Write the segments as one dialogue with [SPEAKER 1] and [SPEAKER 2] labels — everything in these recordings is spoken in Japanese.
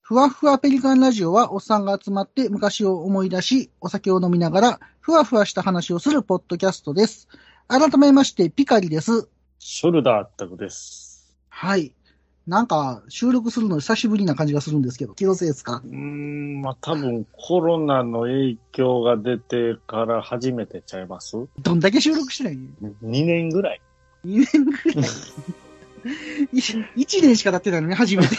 [SPEAKER 1] ふわふわペリカンラジオは、おっさんが集まって昔を思い出し、お酒を飲みながら、ふわふわした話をするポッドキャストです。改めまして、ピカリです。
[SPEAKER 2] ショルダータクです。
[SPEAKER 1] はい。なんか、収録するの久しぶりな感じがするんですけど、気のせいですか
[SPEAKER 2] うーん、まあ、多分コロナの影響が出てから初めてちゃいます
[SPEAKER 1] どんだけ収録してない
[SPEAKER 2] ?2 年ぐらい。
[SPEAKER 1] ?1 年しか経ってないのね、初 めて。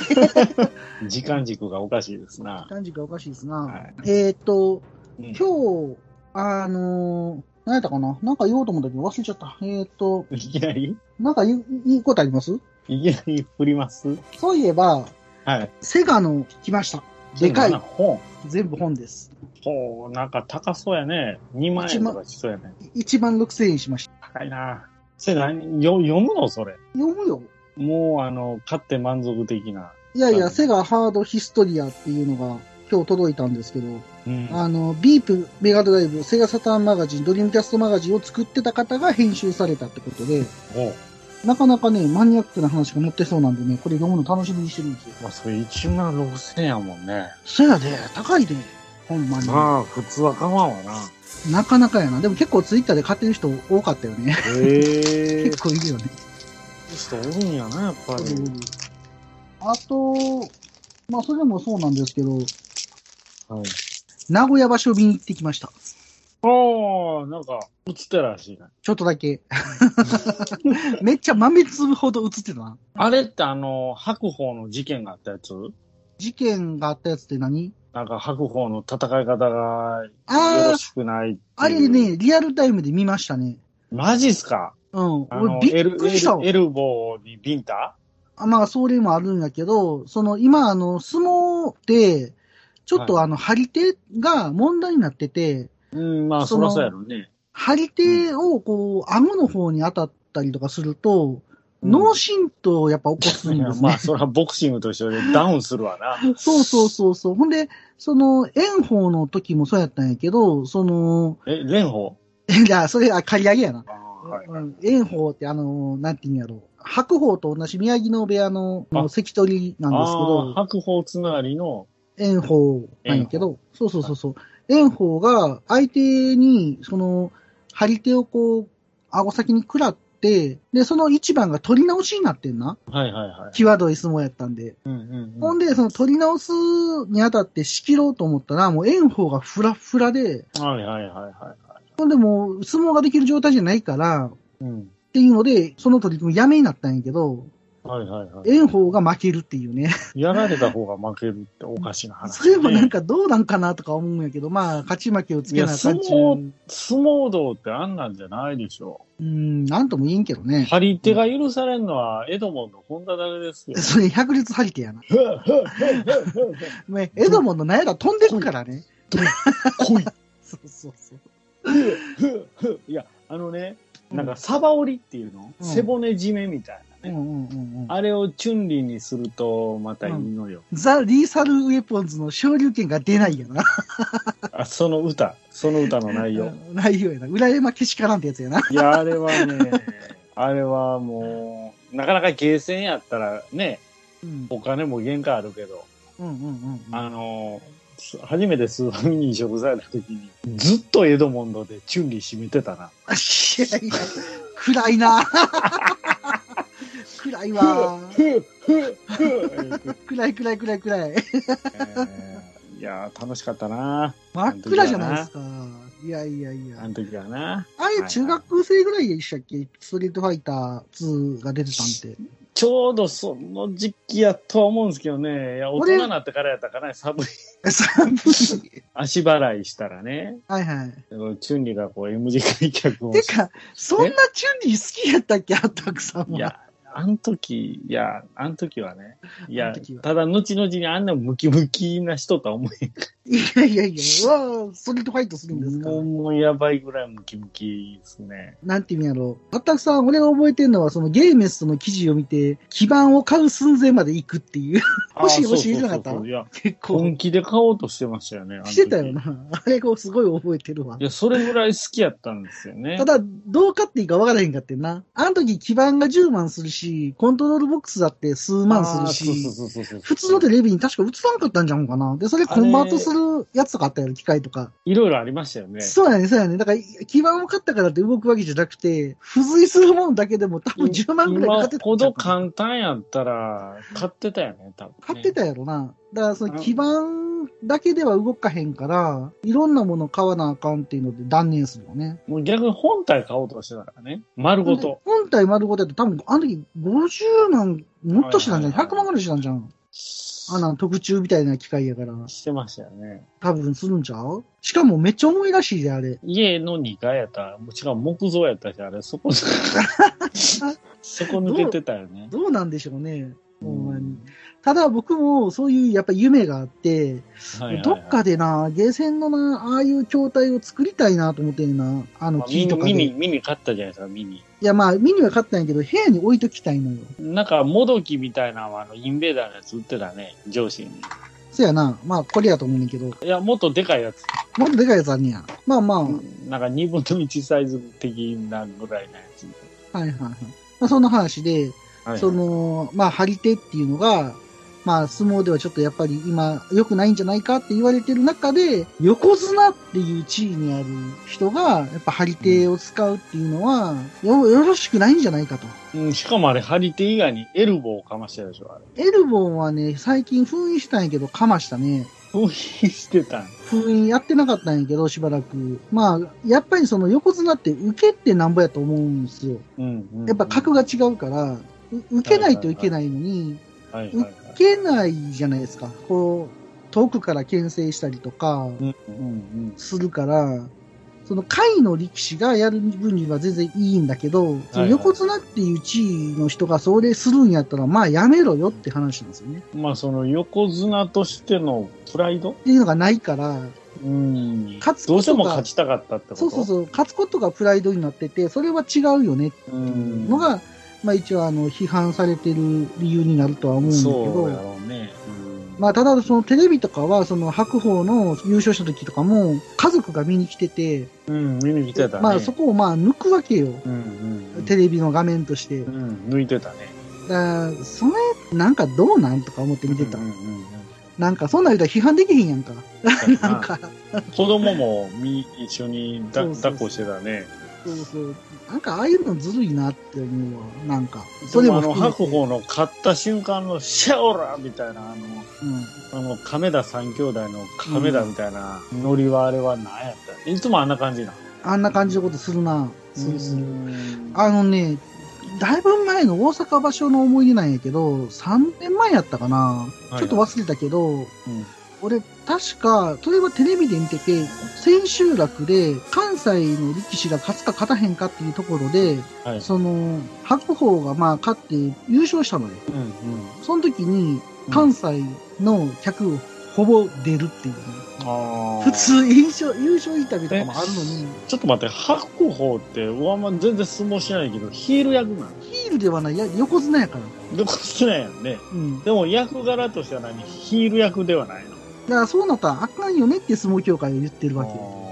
[SPEAKER 2] 時間軸がおかしいですな。
[SPEAKER 1] 感じがおかしいですな。
[SPEAKER 2] はい。
[SPEAKER 1] えーっと、
[SPEAKER 2] うん
[SPEAKER 1] 今日、あのー、何やったかななんか言おうと思ったけど忘れちゃった。えーっと、
[SPEAKER 2] いきなり
[SPEAKER 1] なんか言う言うことあります
[SPEAKER 2] いきなり振ります
[SPEAKER 1] そういえば、
[SPEAKER 2] はい。
[SPEAKER 1] セガの来ました。でかい
[SPEAKER 2] そんな本。
[SPEAKER 1] 全部本です。
[SPEAKER 2] ほう、なんか高そうやね。2万円とかしそうやね。
[SPEAKER 1] 1万6000円しました。
[SPEAKER 2] 高いな。それ何よ読むのそれ。
[SPEAKER 1] 読むよ。
[SPEAKER 2] もう、あの、買って満足的な。
[SPEAKER 1] いやいや、
[SPEAKER 2] はい
[SPEAKER 1] セガハードヒストリアっていうのが今日届いたんですけど、
[SPEAKER 2] うん。
[SPEAKER 1] あの、ビープ、メガドライブ、セガサターンマガジン、ドリームキャストマガジンを作ってた方が編集されたってことで、
[SPEAKER 2] ほう。
[SPEAKER 1] なかなかね、マニアックな話が載ってそうなんでね、これ読むの楽しみにしてるんですよ。
[SPEAKER 2] まあ、それ1万6千円やもんね。
[SPEAKER 1] そやで、高いで、ほんまに。
[SPEAKER 2] まあ、普通は構わんわな。
[SPEAKER 1] なかなかやな。でも結構ツイッターで買ってる人多かったよね。
[SPEAKER 2] へえ。
[SPEAKER 1] 結構いるよね。
[SPEAKER 2] 人おるんやな、やっぱり。
[SPEAKER 1] あと、まあそれもそうなんですけど、
[SPEAKER 2] はい。
[SPEAKER 1] 名古屋場所見に行ってきました。
[SPEAKER 2] ああ、なんか、映ってたらしいな。
[SPEAKER 1] ちょっとだけ。 めっちゃ豆粒ほど映ってたな。
[SPEAKER 2] あれってあの、白鵬の事件があったやつ
[SPEAKER 1] 事件があったやつって何
[SPEAKER 2] なんか白鵬の戦い方がよ
[SPEAKER 1] あ
[SPEAKER 2] ろしくないっていう
[SPEAKER 1] あ、あれ。ね、リアルタイムで見ましたね。
[SPEAKER 2] マジっすか
[SPEAKER 1] うん。
[SPEAKER 2] あ
[SPEAKER 1] 俺、
[SPEAKER 2] の
[SPEAKER 1] びっくりしたわ
[SPEAKER 2] エルエルエルボーにビンタ
[SPEAKER 1] あまあ、それもあるんやけど、その、今、あの、相撲で、ちょっと
[SPEAKER 2] はい
[SPEAKER 1] あの、張り手が問題になってて、
[SPEAKER 2] うん、まあ、
[SPEAKER 1] そ
[SPEAKER 2] そ
[SPEAKER 1] の
[SPEAKER 2] らそうやろね。
[SPEAKER 1] 張り手をこう、顎の方に当たったりとかすると、
[SPEAKER 2] うん
[SPEAKER 1] 脳震盪をやっぱ起こすん
[SPEAKER 2] い
[SPEAKER 1] で
[SPEAKER 2] や
[SPEAKER 1] す
[SPEAKER 2] まあ、
[SPEAKER 1] ね。
[SPEAKER 2] そらボクシングと一緒でダウンするわな。
[SPEAKER 1] そうそうそうそう。ほんで、その、炎鵬の時もそうやったんやけど、その、
[SPEAKER 2] え、蓮舫
[SPEAKER 1] いや、それ、あ、借り上げやな。
[SPEAKER 2] はい。
[SPEAKER 1] うん炎鵬ってあの、なんて言うんやろう。白鵬と同じ宮城野部屋の
[SPEAKER 2] あ
[SPEAKER 1] 関取なんですけ
[SPEAKER 2] あ
[SPEAKER 1] ど
[SPEAKER 2] あ、、白鵬つながりの、
[SPEAKER 1] 炎鵬なんやけど、そうそうそうそう。炎鵬が相手に、その、張り手をこう、顎先に食らって、で、その一番が取り直しになってんな。
[SPEAKER 2] はいはいはい。
[SPEAKER 1] 際どい相撲やったんで。
[SPEAKER 2] うんうん
[SPEAKER 1] ほ
[SPEAKER 2] うん
[SPEAKER 1] んで、その取り直すにあたって仕切ろうと思ったら、もう炎鵬がフラフラで、
[SPEAKER 2] はいはいはいは
[SPEAKER 1] ほんでもう相撲ができる状態じゃないから、っ
[SPEAKER 2] い。うん。
[SPEAKER 1] ていうので、その取り組みやめになったんやけど、
[SPEAKER 2] はいはいはい。
[SPEAKER 1] 炎鵬が負けるっていうね。
[SPEAKER 2] やられた方が負けるっておかしな話。
[SPEAKER 1] それもなんかどうなんかなとか思うんやけど、まあ、勝ち負けをつけなあかんちゅ
[SPEAKER 2] いや
[SPEAKER 1] う
[SPEAKER 2] 相撲相撲道ってあんなんじゃないでしょ
[SPEAKER 1] うん、なんとも言えんけど
[SPEAKER 2] う。
[SPEAKER 1] ね。
[SPEAKER 2] 張り手が許されるのはエドモンの本田だけで すよ。
[SPEAKER 1] それ、百列張り手やな。ねエドモンの悩だ飛んでるからね。
[SPEAKER 2] 来い
[SPEAKER 1] そうそうそう。
[SPEAKER 2] いや、あのね、なんかサバ折りっていうの、
[SPEAKER 1] うん
[SPEAKER 2] 背骨締めみたいな
[SPEAKER 1] うん
[SPEAKER 2] ね。
[SPEAKER 1] うんうんうん。
[SPEAKER 2] あれをチュンリーにするとまたいいのよ。
[SPEAKER 1] ザ・リーサル・ウェポンズの昇竜拳が出ないやな。
[SPEAKER 2] あその歌、その歌の内容。
[SPEAKER 1] 内容やな。裏山けしからんってやつやな。
[SPEAKER 2] いや、あれはね、あれはもう、なかなかゲーセンやったらね、
[SPEAKER 1] うん
[SPEAKER 2] お金も限界あるけど、
[SPEAKER 1] うんうんうんうん。
[SPEAKER 2] あの、す初めてスーファミに移植された時に、ずっとエドモンドでチュンリー締めてたな。
[SPEAKER 1] いやいや、暗いな。 暗いわ。
[SPEAKER 2] ふっふっふっ
[SPEAKER 1] 暗い暗い暗い暗い。
[SPEAKER 2] えーいやー、楽しかったな。
[SPEAKER 1] 真っ暗じゃないですか。いやいやいや
[SPEAKER 2] あ。の時はな。
[SPEAKER 1] あれ、中学生ぐらいでしたっけストリートファイター2が出てたん て。
[SPEAKER 2] ちょうどその時期やとは思うんですけどね、いや、大
[SPEAKER 1] 俺
[SPEAKER 2] 人になってからやったからね、寒い。
[SPEAKER 1] 寒い。
[SPEAKER 2] 足払いしたらね、
[SPEAKER 1] はいはい。
[SPEAKER 2] チュンリーがこう M 字開脚を
[SPEAKER 1] てか、そんなチュンリー好きやったっけあったくさんは。
[SPEAKER 2] いや、あの時、いや、あの時はね、い
[SPEAKER 1] あ
[SPEAKER 2] や
[SPEAKER 1] の時は、
[SPEAKER 2] ただ、後々にあんなムキムキな人とは思えん
[SPEAKER 1] いやいやいや、うわぁストリートファイトするんですか
[SPEAKER 2] もう、もうやばいぐらいムキムキですね。
[SPEAKER 1] なんて意味やろう。あったくさん、俺が覚えてるのは、そのゲイメストの記事を見て、基盤を買う寸前まで行くっていう、欲しい
[SPEAKER 2] あーそう
[SPEAKER 1] 欲しいじ
[SPEAKER 2] そうそう
[SPEAKER 1] ゃなかった
[SPEAKER 2] いや、
[SPEAKER 1] 結構
[SPEAKER 2] 本、気で買おうとしてましたよね。あの時
[SPEAKER 1] してたよ。な。あれがすごい覚えてるわ
[SPEAKER 2] い。や、それぐらい好きやったんですよね。
[SPEAKER 1] ただ、どう買っていいかわからへんかってんな。あの時基盤が10万するし、コントロールボックスだって数万する
[SPEAKER 2] あー
[SPEAKER 1] し、
[SPEAKER 2] そうそうそうそうそう
[SPEAKER 1] 普通のテレビに確か映らんかったんじゃんかな。で、それコンバートするやつとかあったよね、機械とか。
[SPEAKER 2] いろいろありましたよね。
[SPEAKER 1] そうやね、そうやね。だから、基盤を買ったからって動くわけじゃなくて、付随するものだけでも多分10万ぐらい買って
[SPEAKER 2] 今
[SPEAKER 1] た
[SPEAKER 2] ほ
[SPEAKER 1] んちゃ
[SPEAKER 2] ど
[SPEAKER 1] うかな
[SPEAKER 2] 簡単やったら、買ってたよね、多分、ね。
[SPEAKER 1] 買ってたやろな。だから、その基盤だけでは動かへんから、いろんなもの買わなあかんっていうので断念するよね。
[SPEAKER 2] もう逆に本体買おうとしてたからね。丸ご
[SPEAKER 1] で
[SPEAKER 2] と。
[SPEAKER 1] 本体丸ごとやと多分、あの時50万、もっとしてたんじゃん。
[SPEAKER 2] はいはいはい
[SPEAKER 1] 100万ぐらいしてたんじゃん。あんなん特注みたいな機械やから、
[SPEAKER 2] してましたよね。
[SPEAKER 1] 多分するんちゃうしかもめっちゃ重いらしいで、あれ。
[SPEAKER 2] 家の2階やったら、もちろん木造やったし、あれ、そこ、そ こ抜けてたよね。
[SPEAKER 1] どうなんでしょうね。ほんま
[SPEAKER 2] う
[SPEAKER 1] に
[SPEAKER 2] ん。
[SPEAKER 1] ただ僕もそういうやっぱ夢があって、
[SPEAKER 2] はいはいはい
[SPEAKER 1] どっかでな、ゲーセンのな、ああいう筐体を作りたいなと思ってんな。あの
[SPEAKER 2] まあ
[SPEAKER 1] キーとかで。
[SPEAKER 2] ミニ、ミニミニ買ったじゃないですか、ミニ。
[SPEAKER 1] いやまあ、ミニは買ったんやけど、部屋に置いときたいのよ。
[SPEAKER 2] なんか、もどきみたいなのはあの、インベーダーのやつ売ってたね、上司に。
[SPEAKER 1] そやな。まあ、これやと思うねんけど。も
[SPEAKER 2] いや、もっとでかいやつ。
[SPEAKER 1] っとでかいやつあんねや。まあまあ、
[SPEAKER 2] なんか、2分の1サイズ的なぐらいのやつ。
[SPEAKER 1] はいはいはい。まあ、そんな話で、
[SPEAKER 2] はい
[SPEAKER 1] その、まあ、張り手っていうのが、まあ、相撲ではちょっとやっぱり今、良くないんじゃないかって言われてる中で、横綱っていう地位にある人が、やっぱ張り手を使うっていうのは、よ、よろしくないんじゃないかと。
[SPEAKER 2] うん、しかもあれ、張り手以外にエルボーをかましてたでしょ、あれ。
[SPEAKER 1] エルボンはね、最近封印したんやけど、かましたね。
[SPEAKER 2] 封印してたん
[SPEAKER 1] 封印やってなかったんやけど、しばらく。まあ、やっぱりその横綱って受けってなんぼやと思うんですよ。
[SPEAKER 2] うん、うん。
[SPEAKER 1] やっぱ格が違うから、う受けないといけないのに、
[SPEAKER 2] はいはいはい。
[SPEAKER 1] 受けないじゃないですか。こう、遠くから牽制したりとか
[SPEAKER 2] うんうん
[SPEAKER 1] するから、その会の力士がやる分には全然いいんだけど、その横綱っていう地位の人がそれするんやったら、まあやめろよって話なんですよね。
[SPEAKER 2] うん。まあその横綱としてのプライド
[SPEAKER 1] っていうのがないから、
[SPEAKER 2] うん
[SPEAKER 1] 勝つことが
[SPEAKER 2] どうしても勝ちたかったってこと
[SPEAKER 1] そうそうそう、勝つことがプライドになってて、それは違うよね
[SPEAKER 2] う
[SPEAKER 1] ってい
[SPEAKER 2] ん。
[SPEAKER 1] うのが、まあ一応あの批判されてる理由になるとは思うんだけ
[SPEAKER 2] そうや
[SPEAKER 1] ど、
[SPEAKER 2] ろうね。うん
[SPEAKER 1] まあただそのテレビとかはその白鵬の優勝した時とかも家族が見に来てて、
[SPEAKER 2] うん、見に来てたね。
[SPEAKER 1] まあそこをまあ抜くわけよ。
[SPEAKER 2] うんうんうん。
[SPEAKER 1] テレビの画面として。
[SPEAKER 2] う
[SPEAKER 1] だか
[SPEAKER 2] ん、抜いてたね。
[SPEAKER 1] ら、それなんかどうなんとか思って見てた。
[SPEAKER 2] うんうんうん
[SPEAKER 1] なんかそんなん言うたら批判できへんやんか。
[SPEAKER 2] うん
[SPEAKER 1] なんか、
[SPEAKER 2] 子供もみ一緒にだ
[SPEAKER 1] そうそうそう
[SPEAKER 2] 抱っこしてたね。
[SPEAKER 1] そうそう。なんかああいうのずるいなって思うわ。なんか。
[SPEAKER 2] それもあの
[SPEAKER 1] 含めて
[SPEAKER 2] 白鵬の勝った瞬間のシャオラみたいなあの
[SPEAKER 1] うん
[SPEAKER 2] あの、亀田三兄弟の亀田みたいなノリはあれは何やった、いつもあんな感じなの。
[SPEAKER 1] あんな感じのことするな。するする。
[SPEAKER 2] うん
[SPEAKER 1] あのね、だいぶ前の大阪場所の思い出なんやけど、3年前やったかな。
[SPEAKER 2] はい
[SPEAKER 1] ちょっと忘れたけど、
[SPEAKER 2] うん
[SPEAKER 1] 俺、確か、それはテレビで見てて、千秋楽で、関西の力士が勝つか勝たへんかっていうところで、
[SPEAKER 2] はい
[SPEAKER 1] その、白鵬がまあ勝って優勝したのよ。
[SPEAKER 2] うんうん
[SPEAKER 1] その時に、関西の客、ほぼ出るっていうね、
[SPEAKER 2] あー
[SPEAKER 1] 普通優勝、優勝インタビューとかもあるのに、
[SPEAKER 2] ちょっと待って、白鵬って、うわま全然相撲しないけど、ヒール役なの
[SPEAKER 1] ヒールではない、や横綱やから。
[SPEAKER 2] どこしてないやんね。
[SPEAKER 1] うん。
[SPEAKER 2] でも役柄としては何ヒール役ではないの。
[SPEAKER 1] だからそうなったらあかんよねって相撲協会が言ってるわけよ。
[SPEAKER 2] あー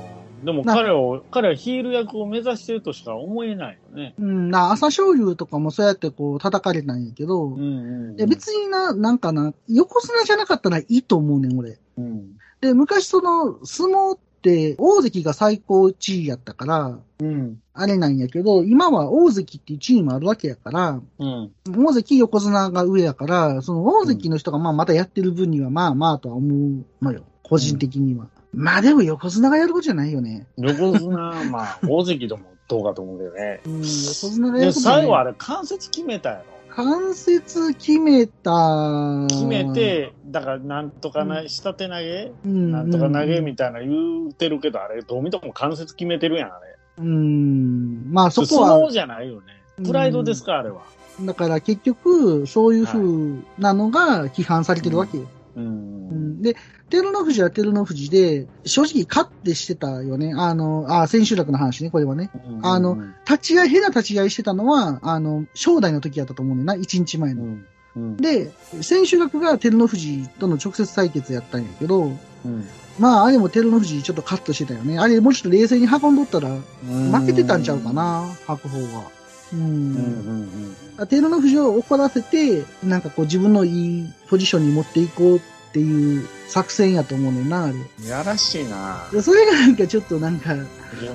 [SPEAKER 2] でも彼を、彼はヒール役を目指してるとしか思えないよね。
[SPEAKER 1] うん、な、朝青龍とかもそうやってこう叩かれたんやけど、
[SPEAKER 2] うんうんうん
[SPEAKER 1] で別にな、なんかな、横綱じゃなかったらいいと思うねん、俺。
[SPEAKER 2] うん
[SPEAKER 1] で、昔その、相撲って大関が最高地位やったから、
[SPEAKER 2] うん
[SPEAKER 1] あれなんやけど、今は大関っていう地位もあるわけやから、
[SPEAKER 2] うん
[SPEAKER 1] 大関横綱が上やから、その大関の人がまあまたやってる分にはまあまあとは思うのよ。個人的には。まあでも横綱がやることじゃないよね。
[SPEAKER 2] 横綱、 まあ、大関でもどうかと思うけどね。
[SPEAKER 1] うん、横綱がや
[SPEAKER 2] で
[SPEAKER 1] ることじゃない
[SPEAKER 2] 最後あれ関節決めたやろ
[SPEAKER 1] 関節決めた。
[SPEAKER 2] 決め、てだからなんとかな、下手投げ
[SPEAKER 1] うん
[SPEAKER 2] なんとか投げ
[SPEAKER 1] み
[SPEAKER 2] みたいな言うてるけどあれどう見ても関節決めてるやんあれ
[SPEAKER 1] うん。まあそこ
[SPEAKER 2] 相
[SPEAKER 1] は、
[SPEAKER 2] 撲じゃないよねプライドですかあれは
[SPEAKER 1] だから結局、そういう風なのが批判されてるわけよ。
[SPEAKER 2] う
[SPEAKER 1] うんんで、照ノ富士は照ノ富士で、正直勝ってしてたよね。あの、あ、千秋楽の話ね、これはね。あの
[SPEAKER 2] うん
[SPEAKER 1] 立ち合い、変な立ち合いしてたのは、あの、正代の時やったと思うねんな、1日前
[SPEAKER 2] う
[SPEAKER 1] の。
[SPEAKER 2] んうん
[SPEAKER 1] で、千秋楽が照ノ富士との直接対決やったんやけど、
[SPEAKER 2] うん
[SPEAKER 1] まあ、あれも照ノ富士ちょっとカットしてたよね。あれもうちょっと冷静に運んどったら負けてたんちゃうかな、白鵬は。う。
[SPEAKER 2] うんんう
[SPEAKER 1] だ
[SPEAKER 2] んうん
[SPEAKER 1] あ照ノ富士を怒らせて、なんかこう自分のいいポジションに持っていこうっていう作戦やと思うねんな、あれ。
[SPEAKER 2] やらしいな
[SPEAKER 1] でそれがなんかちょっとなんか、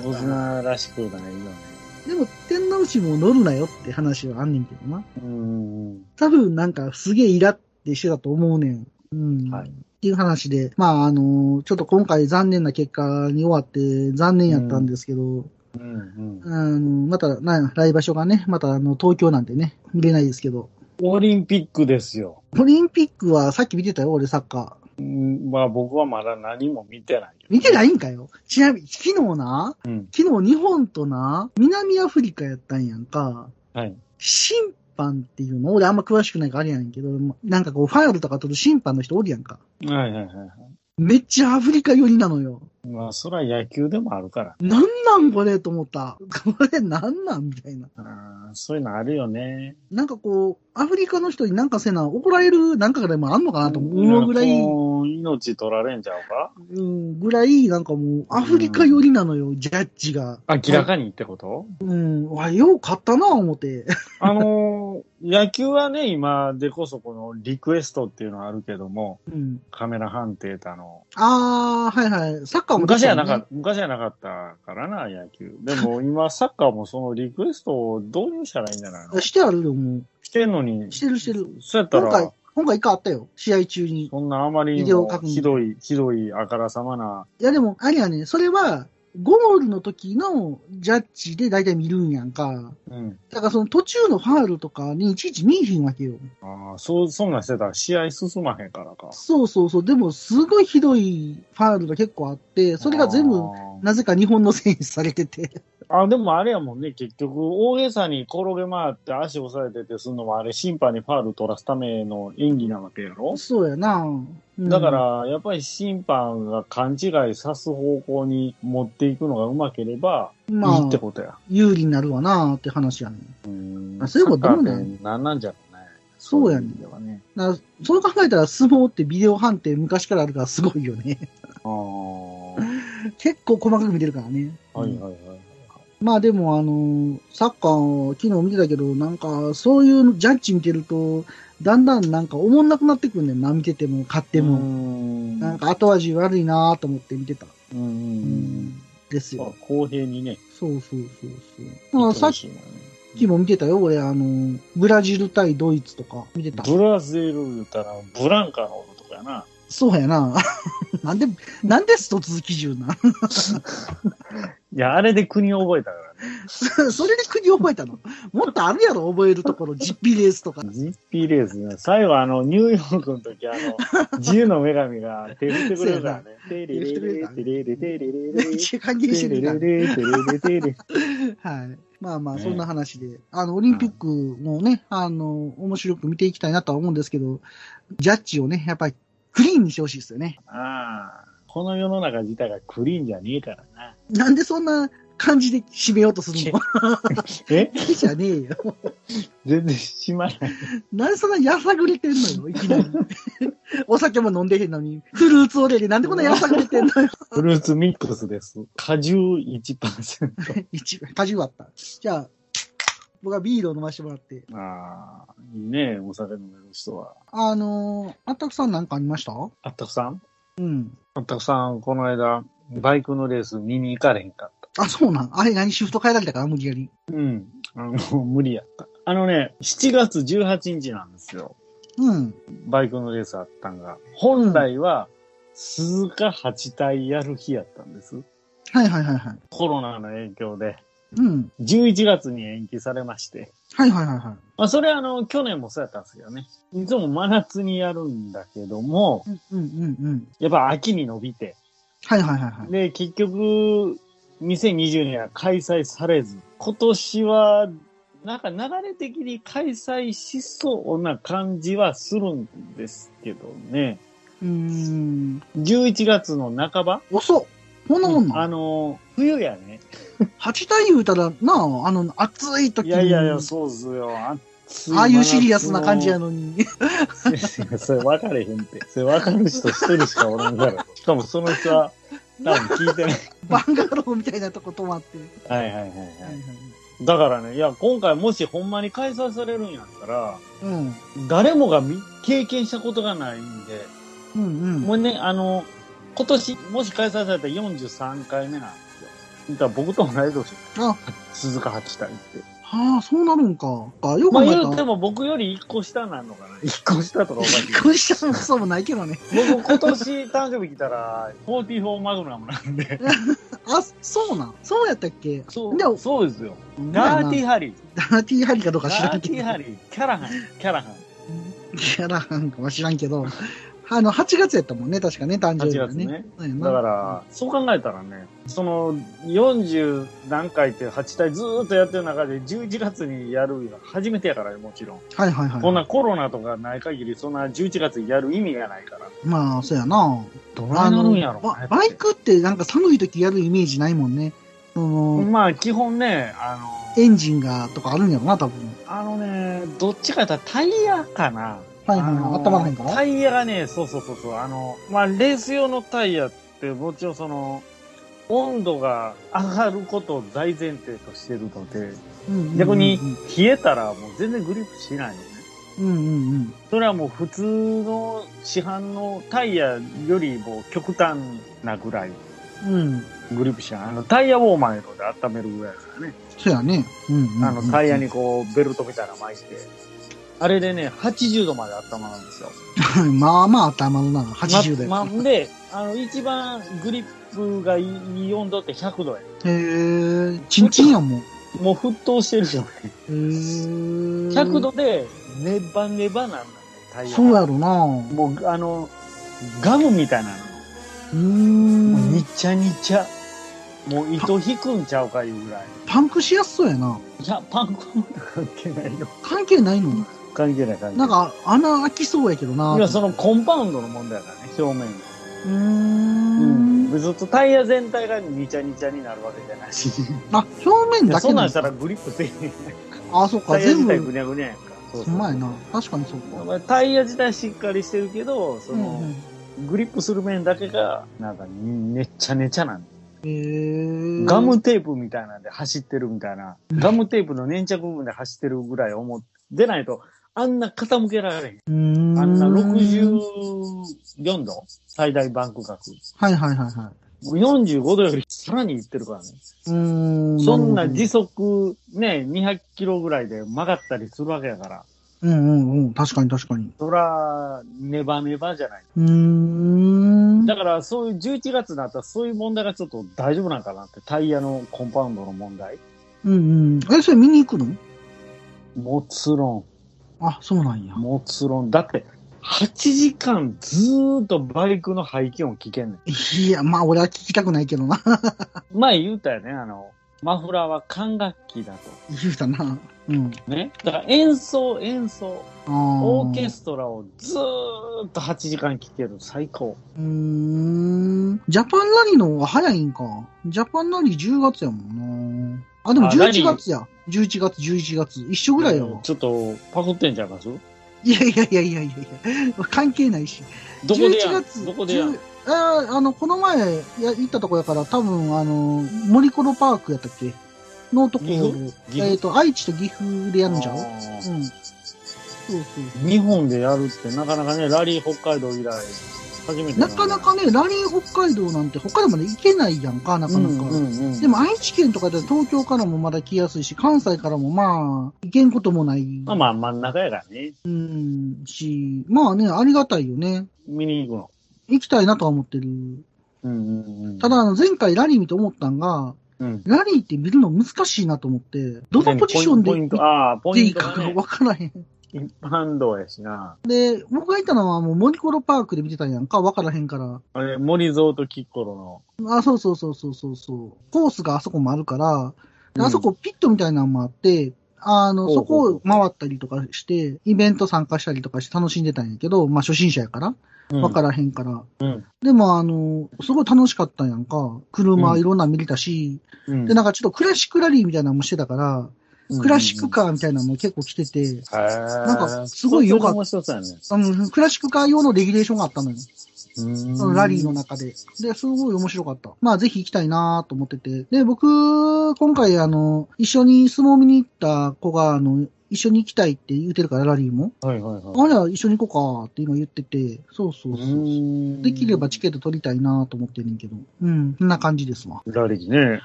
[SPEAKER 2] 横綱らしくないよね。
[SPEAKER 1] でも天皇氏も乗るなよって話はあんねんけどな。
[SPEAKER 2] うん。
[SPEAKER 1] 多分なんかすげえイラってしてたと思うねん。うん。
[SPEAKER 2] はい
[SPEAKER 1] っていう話で、まああのちょっと今回残念な結果に終わって残念やったんですけど、
[SPEAKER 2] うんうん。
[SPEAKER 1] あのまたな、来場所がね、またあの東京なんてね、見れないですけど、
[SPEAKER 2] オリンピックですよ。
[SPEAKER 1] オリンピックはさっき見てたよ、俺サッカー。
[SPEAKER 2] うん、まあ僕はまだ何も見てない。
[SPEAKER 1] 見て
[SPEAKER 2] い
[SPEAKER 1] ないんかよ。ちなみに、昨日な、
[SPEAKER 2] うん。
[SPEAKER 1] 昨日日本とな、南アフリカやったんやんか。
[SPEAKER 2] はい。
[SPEAKER 1] 審判っていうの、俺あんま詳しくないからあれやねんけど、なんかこうファイルとか取る審判の人おるやんか。
[SPEAKER 2] はいはいはいは
[SPEAKER 1] めっちゃアフリカ寄りなのよ。
[SPEAKER 2] い。まあそれは野球でもあるから。
[SPEAKER 1] なんなんこれと思った。これなんなんみたいな。
[SPEAKER 2] あーそういうのあるよね。
[SPEAKER 1] なんかこう、アフリカの人になんかせな、怒られるなんかがでもあんのかなと思うぐらい、
[SPEAKER 2] もう命取られんちゃうか
[SPEAKER 1] うん、ぐらい、なんかもう、アフリカ寄りなのよ、ジャッジが。
[SPEAKER 2] 明らかにってこと
[SPEAKER 1] うん、わ、よう勝ったな、思って。
[SPEAKER 2] あのー、野球はね、今でこそこのリクエストっていうのはあるけども、
[SPEAKER 1] うん。
[SPEAKER 2] カメラ判定だの。
[SPEAKER 1] あー、はいはい。サッカーも、
[SPEAKER 2] 昔はなかっ。た、昔はなかったからな、野球。でも今、サッカーもそのリクエストを導入したらいいんじゃないの
[SPEAKER 1] してあるよ、も
[SPEAKER 2] してんのに
[SPEAKER 1] う。。してるしてる。
[SPEAKER 2] そうやった
[SPEAKER 1] 今回
[SPEAKER 2] ら、、
[SPEAKER 1] 今回一回あったよ、試合中に。
[SPEAKER 2] そんなあまり
[SPEAKER 1] ビデオ
[SPEAKER 2] も
[SPEAKER 1] 確認
[SPEAKER 2] ひどい、ひどいあからさまな。
[SPEAKER 1] いや、でも、あれやね、それは、ゴールの時のジャッジで大体見るんやんか。
[SPEAKER 2] うん。
[SPEAKER 1] だからその途中のファールとかにいちいち見えへんわけよ。
[SPEAKER 2] ああ、そう、そんなんしてたら試合進まへんからか。
[SPEAKER 1] そうそうそう。でも、すごいひどいファールが結構あって、それが全
[SPEAKER 2] あ
[SPEAKER 1] 部、なぜか日本の選手されてて。
[SPEAKER 2] ー。あ、でもあれやもんね、結局、大げさに転げ回って足押さえててすんのもあれ、審判にファール取らすための演技なわけやろ
[SPEAKER 1] そうやな。うん
[SPEAKER 2] だか、ら、やっぱり審判が勘違いさす方向に持っていくのがうまければ、い
[SPEAKER 1] ま
[SPEAKER 2] いって
[SPEAKER 1] あ、
[SPEAKER 2] ことや。
[SPEAKER 1] 有利になるわなって話やねん。
[SPEAKER 2] うん
[SPEAKER 1] あそういうこと
[SPEAKER 2] サッカー
[SPEAKER 1] どうなん
[SPEAKER 2] ってなんなんじゃろうね。
[SPEAKER 1] そうやねん
[SPEAKER 2] い意味ではね。
[SPEAKER 1] だからそう考えたら相撲ってビデオ判定昔からあるからすごいよね。
[SPEAKER 2] ああ。
[SPEAKER 1] 結構細かく見てるからね。
[SPEAKER 2] はい
[SPEAKER 1] うん
[SPEAKER 2] はいはい。
[SPEAKER 1] まあでもあの、サッカー昨日見てたけど、なんかそういうジャッジ見てると、だんだんなんか思んなくなってくんねんな、見てても、買って
[SPEAKER 2] う
[SPEAKER 1] も。
[SPEAKER 2] ん
[SPEAKER 1] なんか後味悪いなと思って見てた。
[SPEAKER 2] うんうんうん。
[SPEAKER 1] です
[SPEAKER 2] まあ
[SPEAKER 1] よ。
[SPEAKER 2] 公平にね。
[SPEAKER 1] そうそうそうそう。まあさっ
[SPEAKER 2] き
[SPEAKER 1] きも見てたよ、俺、あの、ブラジル対ドイツとか見てた。
[SPEAKER 2] ブラジル言うたら、ブランカのことかやな。
[SPEAKER 1] そうやな。 なんで、なんでスト2基準なん
[SPEAKER 2] いや、あれで国を覚えたからね。
[SPEAKER 1] それで国覚えたのもっとあるやろ、覚えるところ、実費レースとか。
[SPEAKER 2] GP レースね。最後、あの、ニューヨークの時、あの、自由の女神が手振ってくれるからね。テレレレレテレレテレレ
[SPEAKER 1] め
[SPEAKER 2] レ
[SPEAKER 1] っ
[SPEAKER 2] テ
[SPEAKER 1] ちゃ歓迎して
[SPEAKER 2] レレ
[SPEAKER 1] る
[SPEAKER 2] レレテレレテレ。
[SPEAKER 1] はい。まあまあ、
[SPEAKER 2] ね
[SPEAKER 1] そんな話で、あの、オリンピックもね、あの、面白く見ていきたいなとは思うんですけど、ジャッジをね、やっぱりクリーンにしてほしいですよね。
[SPEAKER 2] ああ、この世の中自体がクリーンじゃねえからな。
[SPEAKER 1] なんでそんな感じで締めようとするの
[SPEAKER 2] え
[SPEAKER 1] じゃねえよ。
[SPEAKER 2] 全然しまない。
[SPEAKER 1] なんでそんなやさぐれてんのよ、いきなり。 お酒も飲んでへんのに、フルーツオレでなんでこんなやさぐれてんのよ。
[SPEAKER 2] フルーツミックスです。果汁1%。
[SPEAKER 1] 一番、果汁あった。じゃあ、僕はビールを飲ませてもらって。
[SPEAKER 2] ああ、いいね、お酒飲める人は。
[SPEAKER 1] あのー、あったくさんなんかありました
[SPEAKER 2] あったくさん
[SPEAKER 1] うん。
[SPEAKER 2] あったくさん、この間、バイクのレース見に行かれへんかっ
[SPEAKER 1] あ、そうなん。あれ何シフト変えられたから無理やり。
[SPEAKER 2] た。うん。あの、 無理やった。あのね、7月18日なんですよ。
[SPEAKER 1] うん。
[SPEAKER 2] バイクのレースあったんが。本来は、鈴鹿8体やる日やったんです。
[SPEAKER 1] はいはいはいはい。
[SPEAKER 2] コロナの影響で、
[SPEAKER 1] うん。
[SPEAKER 2] 11月に延期されまして。
[SPEAKER 1] はいはいはいは
[SPEAKER 2] まあ、それはあの、去年もそうやったんですけどね。いつも真夏にやるんだけども、
[SPEAKER 1] い。うんうんうんうん。
[SPEAKER 2] やっぱ秋に伸びて。
[SPEAKER 1] はいはいはいはい。
[SPEAKER 2] で、結局、2020年は開催されず、今年は、なんか流れ的に開催しそうな感じはするんですけどね。
[SPEAKER 1] うーん。
[SPEAKER 2] 11月の半ば、
[SPEAKER 1] 遅っ。こんなもん
[SPEAKER 2] あ
[SPEAKER 1] な。
[SPEAKER 2] の、冬やね。
[SPEAKER 1] 八対言うたら、なあ、あの、暑い時
[SPEAKER 2] い
[SPEAKER 1] に。
[SPEAKER 2] やいやいや、そうっすよ。暑
[SPEAKER 1] ああいうシリアスな感じや
[SPEAKER 2] の。
[SPEAKER 1] のに。
[SPEAKER 2] それ分かれへんって。それ分かる人一人しかおら んから。しかもその人は、多分聞いてない。
[SPEAKER 1] バンガローみたいなとこ泊まって。
[SPEAKER 2] はいはいはいはい。
[SPEAKER 1] はいはい。
[SPEAKER 2] だからね、いや、今回もしほんまに開催されるんやったら、
[SPEAKER 1] うん。
[SPEAKER 2] 誰もがみ経験したことがないんで、
[SPEAKER 1] うんうん。
[SPEAKER 2] もうね、あの、今年、もし開催されたら43回目なんですよ。だから僕と同い年、
[SPEAKER 1] あ、
[SPEAKER 2] 鈴鹿八隊って。
[SPEAKER 1] はあ、そうなるんか。あ、よく
[SPEAKER 2] ま
[SPEAKER 1] 考
[SPEAKER 2] あ
[SPEAKER 1] えた
[SPEAKER 2] 言うて
[SPEAKER 1] ら。
[SPEAKER 2] も僕より1個下なのかな。1個下とかおかしい
[SPEAKER 1] びっ。くりしたのも そうもないけどね。
[SPEAKER 2] 僕今年誕生日来たら、44マグナムなんで。
[SPEAKER 1] あ、そうなん。そうやったっけ
[SPEAKER 2] そ
[SPEAKER 1] でも
[SPEAKER 2] う、そうですよ。
[SPEAKER 1] な
[SPEAKER 2] ダーティーハリー。
[SPEAKER 1] ダーティーハリかどうか
[SPEAKER 2] ダ
[SPEAKER 1] 知ら
[SPEAKER 2] ー
[SPEAKER 1] ん
[SPEAKER 2] テ
[SPEAKER 1] け
[SPEAKER 2] ィー
[SPEAKER 1] ど。
[SPEAKER 2] ハリー。キャラハン、キャラハン。
[SPEAKER 1] キャラハンかは知らんけど。あの、8月やったもんね、確かね、誕生日
[SPEAKER 2] 8
[SPEAKER 1] が
[SPEAKER 2] 月
[SPEAKER 1] ね。
[SPEAKER 2] ね。
[SPEAKER 1] そうやな
[SPEAKER 2] だから、そう考えたらね、その40何回って8体ずーっとやってる中で11月にやるの初めてやからもちろん。
[SPEAKER 1] はいはいはい。
[SPEAKER 2] こんなコロナとかない限り、そんな11月にやる意味がないから。
[SPEAKER 1] まあ、そうやな。
[SPEAKER 2] どないなるんやろうね
[SPEAKER 1] あのババイクってなんか寒い時やるイメージないもんね。その、
[SPEAKER 2] まあ、基本ね、あの、
[SPEAKER 1] エンジンがとかあるんやろな、多分。
[SPEAKER 2] あのね、どっちかやったらタイヤかな。
[SPEAKER 1] はいはい
[SPEAKER 2] あの
[SPEAKER 1] はい。温まらへんから。
[SPEAKER 2] タイヤがね、そうそうそうそう、あの、まあ、レース用のタイヤって、もちろんその、温度が上がることを大前提としてるので、
[SPEAKER 1] うんうんうん
[SPEAKER 2] 逆に冷えたらもう全然グリップしないのね。
[SPEAKER 1] うんうんうん。
[SPEAKER 2] それはもう普通の市販のタイヤよりも極端なぐらい
[SPEAKER 1] うん。
[SPEAKER 2] グリップしない。あのタイヤウォーマーやので温めるぐらいだからね。
[SPEAKER 1] そうやね。うんうんうん。
[SPEAKER 2] あのタイヤにこうベルトみたいなの巻いて。あれでね、80度まで温まるんですよ。
[SPEAKER 1] はい。 まあまあ頭のな、80で。
[SPEAKER 2] ま、まで、あの、一番グリップがいい温度って100度や。
[SPEAKER 1] へえ、チンチンやんもん。へ
[SPEAKER 2] もう沸騰してるじゃない。
[SPEAKER 1] え。
[SPEAKER 2] 100度でネバネバなんだね、タイヤ。
[SPEAKER 1] そうやろな。う
[SPEAKER 2] もう、あの、ガムみたいなの。
[SPEAKER 1] ー
[SPEAKER 2] もう、に
[SPEAKER 1] ん。
[SPEAKER 2] ちゃにちゃ。もう、糸引くんちゃうかいうぐらい。
[SPEAKER 1] パンクしやすそうやな。
[SPEAKER 2] いや、パン粉も関係ないよ。
[SPEAKER 1] 関係ないの
[SPEAKER 2] 関係ない、関係な
[SPEAKER 1] な
[SPEAKER 2] い。
[SPEAKER 1] ん、か穴開きそうやけどな。
[SPEAKER 2] 今そのコンパウンドの問題だからね、表面が。
[SPEAKER 1] うーん。
[SPEAKER 2] ずっとタイヤ全体がにちゃにちゃになるわけじゃないし。
[SPEAKER 1] あ、表面
[SPEAKER 2] いや
[SPEAKER 1] だ
[SPEAKER 2] そ
[SPEAKER 1] け
[SPEAKER 2] んな
[SPEAKER 1] なんん
[SPEAKER 2] した
[SPEAKER 1] だ
[SPEAKER 2] らグリップせえへん。
[SPEAKER 1] あ、そっか、
[SPEAKER 2] タイヤ
[SPEAKER 1] 全
[SPEAKER 2] 自
[SPEAKER 1] 部。
[SPEAKER 2] 体ぐにゃぐにゃやんか。そう
[SPEAKER 1] うまいな。確かにそう
[SPEAKER 2] だ
[SPEAKER 1] か。
[SPEAKER 2] からタイヤ自体しっかりしてるけど、その、
[SPEAKER 1] うん
[SPEAKER 2] グリップする面だけが、なんか、ねっちゃねちゃなんだ
[SPEAKER 1] うん。へえ。
[SPEAKER 2] ガムテープみたいなんで走ってるみたいな。ガムテープの粘着部分で走ってるぐらい思ってないと、あんな傾けられへん。
[SPEAKER 1] うーん。
[SPEAKER 2] あんな。64度最大バンク角。
[SPEAKER 1] はいはいはいは
[SPEAKER 2] 45度よりさらにいってるからね。
[SPEAKER 1] い。うーん。
[SPEAKER 2] そんな
[SPEAKER 1] じ
[SPEAKER 2] 時速ね、200キロぐらいで曲がったりするわけやから。
[SPEAKER 1] うんうんうん。確かに確かに。
[SPEAKER 2] そら、ネバネバじゃない。
[SPEAKER 1] うーん。
[SPEAKER 2] だから、そういう11月になったらそういう問題がちょっと大丈夫なんかなって。タイヤのコンパウンドの問題。
[SPEAKER 1] うんうん。え、それ見に行くの
[SPEAKER 2] もちろ
[SPEAKER 1] あ、そうなんや
[SPEAKER 2] ん、。もちろん。だって、8時間ずーっとバイクの排気音聞けんね
[SPEAKER 1] いや、まあ俺は聞きたくないけどな。
[SPEAKER 2] ん。前言うたよね、あの、マフラーは管楽器だと。
[SPEAKER 1] 言うたな。うん。
[SPEAKER 2] ね。だから演奏、演奏。
[SPEAKER 1] あー
[SPEAKER 2] オーケストラをずーっと8時間聴ける。最高。
[SPEAKER 1] うーん。ジャパンラリーの方が早いんか。ジャパンラリー10月やもんな。あ、でも
[SPEAKER 2] あラリ
[SPEAKER 1] 11
[SPEAKER 2] ー
[SPEAKER 1] 月や。11月、11月。一緒ぐらいやわ。
[SPEAKER 2] ちょっと、パクってんちゃいます
[SPEAKER 1] いやいやいやいやいやいや、関係ないし。
[SPEAKER 2] どこでや
[SPEAKER 1] 11
[SPEAKER 2] ん
[SPEAKER 1] 月
[SPEAKER 2] どこでやん
[SPEAKER 1] 10あーあの、この前や行ったとこやから、多分、あの、森コロパークやったっけのとこ、
[SPEAKER 2] 岐阜岐阜
[SPEAKER 1] えっ、と、愛知と岐阜でやるんじゃんう
[SPEAKER 2] あー
[SPEAKER 1] ん。そうそう。
[SPEAKER 2] 日本でやるってなかなかね、ラリー北海道以来、初めて
[SPEAKER 1] なかなかね、ラリー北海道なんて北海道まで行けないやんか、な
[SPEAKER 2] な
[SPEAKER 1] かなか。
[SPEAKER 2] うんうんうん、
[SPEAKER 1] でも愛知県とかで東京からもまだ来やすいし、関西からもまあ、行けんこともない。
[SPEAKER 2] まあまあ真ん中やからね、
[SPEAKER 1] うん、し、まあね、ありがたいよね。
[SPEAKER 2] 見に行くの。
[SPEAKER 1] 行きたいなとは思ってる。
[SPEAKER 2] うんうんうん、
[SPEAKER 1] ただ、あ、の前回ラリー見て思ったんが、
[SPEAKER 2] うん、
[SPEAKER 1] ラリーって見るの難しいなと思って、どのポジションで
[SPEAKER 2] ポイン
[SPEAKER 1] 行
[SPEAKER 2] ト、
[SPEAKER 1] っ
[SPEAKER 2] ああ、ポ
[SPEAKER 1] てい
[SPEAKER 2] イン
[SPEAKER 1] い
[SPEAKER 2] ト
[SPEAKER 1] か
[SPEAKER 2] が、
[SPEAKER 1] が
[SPEAKER 2] ね、
[SPEAKER 1] わからへん。
[SPEAKER 2] 一般道やしな。
[SPEAKER 1] で、僕が行ったのはもうモニコロパークで見てたんやんか、わからへんから。
[SPEAKER 2] あれ、森蔵とキッコロの。
[SPEAKER 1] あ、そうそうそうそうそうそう。コースがあそこもあるから、であそこピットみたいなのもあって、あの、
[SPEAKER 2] ほう
[SPEAKER 1] そ
[SPEAKER 2] ほう
[SPEAKER 1] こ
[SPEAKER 2] ほう
[SPEAKER 1] を回ったりとかして、イベント参加したりとかして楽しんでたんやけど、まあ初心者やから、
[SPEAKER 2] うん、
[SPEAKER 1] わからへんから。
[SPEAKER 2] うん
[SPEAKER 1] でもあの、すごい楽しかったんやんか。車いろんなん見れたし、
[SPEAKER 2] うん
[SPEAKER 1] で、なんかちょっとクラシックラリーみたいなのもしてたから、クラシックカーみたいなのも結構来てて、
[SPEAKER 2] うんうんうん、
[SPEAKER 1] なんかすごい良かった
[SPEAKER 2] 面白そうやね。
[SPEAKER 1] あのクラシックカー用のレギュレーションがあったのよ。そのラリーの中で。で、すごい面白かった。まあ、ぜひ行きたいなと思ってて。で、僕、今回、あの、一緒に相撲見に行った子が、あの、一緒に行きたいって言うてるから、ラリーも。
[SPEAKER 2] はいはいはい。
[SPEAKER 1] あれは一緒に行こうかって今言ってて、そうそうそう。できればチケット取りたいなと思ってんねんけど。うん、そんな感じですわ。
[SPEAKER 2] ラリーね。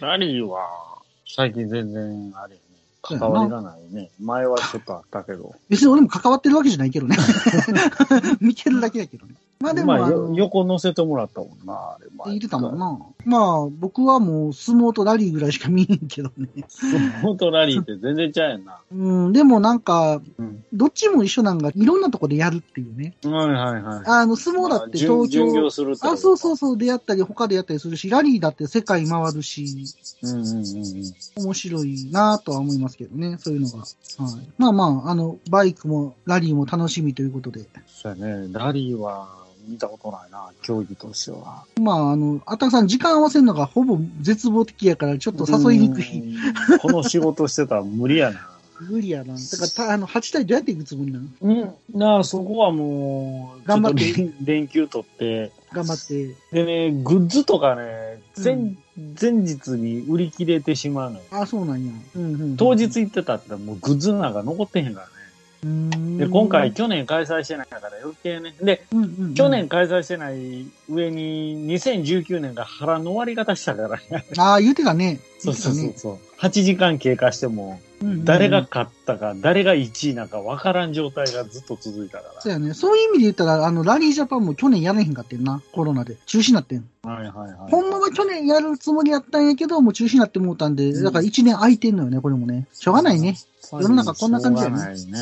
[SPEAKER 2] ラリーは、最近全然、あれね、関わりがないね。前はちょっとあったけど。
[SPEAKER 1] 別に俺も関わってるわけじゃないけどね。 見てるだけやけどね。まあでも、
[SPEAKER 2] まあ
[SPEAKER 1] あ
[SPEAKER 2] よ
[SPEAKER 1] の
[SPEAKER 2] 横乗せてもらったもんな、あれ
[SPEAKER 1] って言
[SPEAKER 2] 前。
[SPEAKER 1] ってたもん な。まあ、僕はもう相撲とラリーぐらいしか見えへんけどね。
[SPEAKER 2] 本当ラリーって全然ちゃうやんな。
[SPEAKER 1] うん、でもなんか、
[SPEAKER 2] うん。
[SPEAKER 1] どっちも一緒なんが、いろんなとこでやるっていうね。
[SPEAKER 2] はいはいはい。
[SPEAKER 1] あの、相撲だって東
[SPEAKER 2] 巡巡
[SPEAKER 1] 京、
[SPEAKER 2] 業するってこと
[SPEAKER 1] あ、そうそうそう、でやったり、他でやったりするし、ラリーだって世界回るし、
[SPEAKER 2] うんうんうんうん。
[SPEAKER 1] 面白いなぁとは思いますけどね、そういうのが。はい。まあまあ、あの、バイクもラリーも楽しみということで。
[SPEAKER 2] そうやね。ラリーは見たことないな、競技としては。
[SPEAKER 1] まあ、あの、あたさん時間合わせるのがほぼ絶望的やから、ちょっと誘いにくい。
[SPEAKER 2] うん。この仕事してたら無理やな。
[SPEAKER 1] 無理やな。だからた、あの、8対どうやっていくつもりなの
[SPEAKER 2] うん。なあ、そこはもう、
[SPEAKER 1] 頑張って
[SPEAKER 2] ちょっと連連休取って。
[SPEAKER 1] 頑張って。
[SPEAKER 2] でね、グッズとかね、前、
[SPEAKER 1] うん
[SPEAKER 2] 前日に売り切れてしまうのよ。
[SPEAKER 1] あ、そうなんや。うんうん、
[SPEAKER 2] 当日行ってたってもうグッズなんか残ってへんからね。
[SPEAKER 1] うーん。
[SPEAKER 2] で、今回、去年開催してないから余計ね。で、
[SPEAKER 1] うんうんうん
[SPEAKER 2] 去年。開催してない上に、2019年が腹の割り方したからね。
[SPEAKER 1] ああ、言うてたね。
[SPEAKER 2] そうそうそ
[SPEAKER 1] 言
[SPEAKER 2] う
[SPEAKER 1] て
[SPEAKER 2] そう。8時間経過しても、
[SPEAKER 1] たねうんうん
[SPEAKER 2] 誰が勝ったか、誰が1位なんか分からん状態がずっと続いたか
[SPEAKER 1] そうやね。そういう意味で言ったら、あの、ラリージャパンも去年やれへんかってんな。コロナで。中止になってん。
[SPEAKER 2] ら。はいはいはい。
[SPEAKER 1] ほんまは去年やるつもりやったんやけど、もう中止になってもうたんで、
[SPEAKER 2] うん
[SPEAKER 1] だから1年空いてんのよね、これもね。しょうがないね。
[SPEAKER 2] 世
[SPEAKER 1] 世の中こんな感じやね
[SPEAKER 2] ないね。
[SPEAKER 1] うん。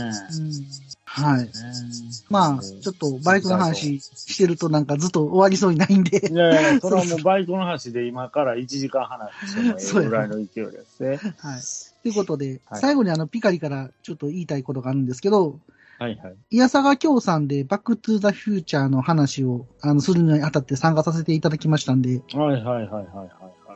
[SPEAKER 1] はい。
[SPEAKER 2] う
[SPEAKER 1] まあ、
[SPEAKER 2] ん
[SPEAKER 1] ちょっとバイクの話してるとなんかずっと終わりそうにないんで
[SPEAKER 2] い。やいや、それはもうバイクの話で今から1時間話してもいいぐらいの勢いですね。
[SPEAKER 1] はい。ということで、
[SPEAKER 2] はい
[SPEAKER 1] 最後にあの、ピカリからちょっと言いたいことがあるんですけど、
[SPEAKER 2] はいはい。
[SPEAKER 1] イヤサガ京さんでバックトゥーザフューチャーの話を、あの、するにあたって参加させていただきましたんで、
[SPEAKER 2] はいはいはいはいはいはい。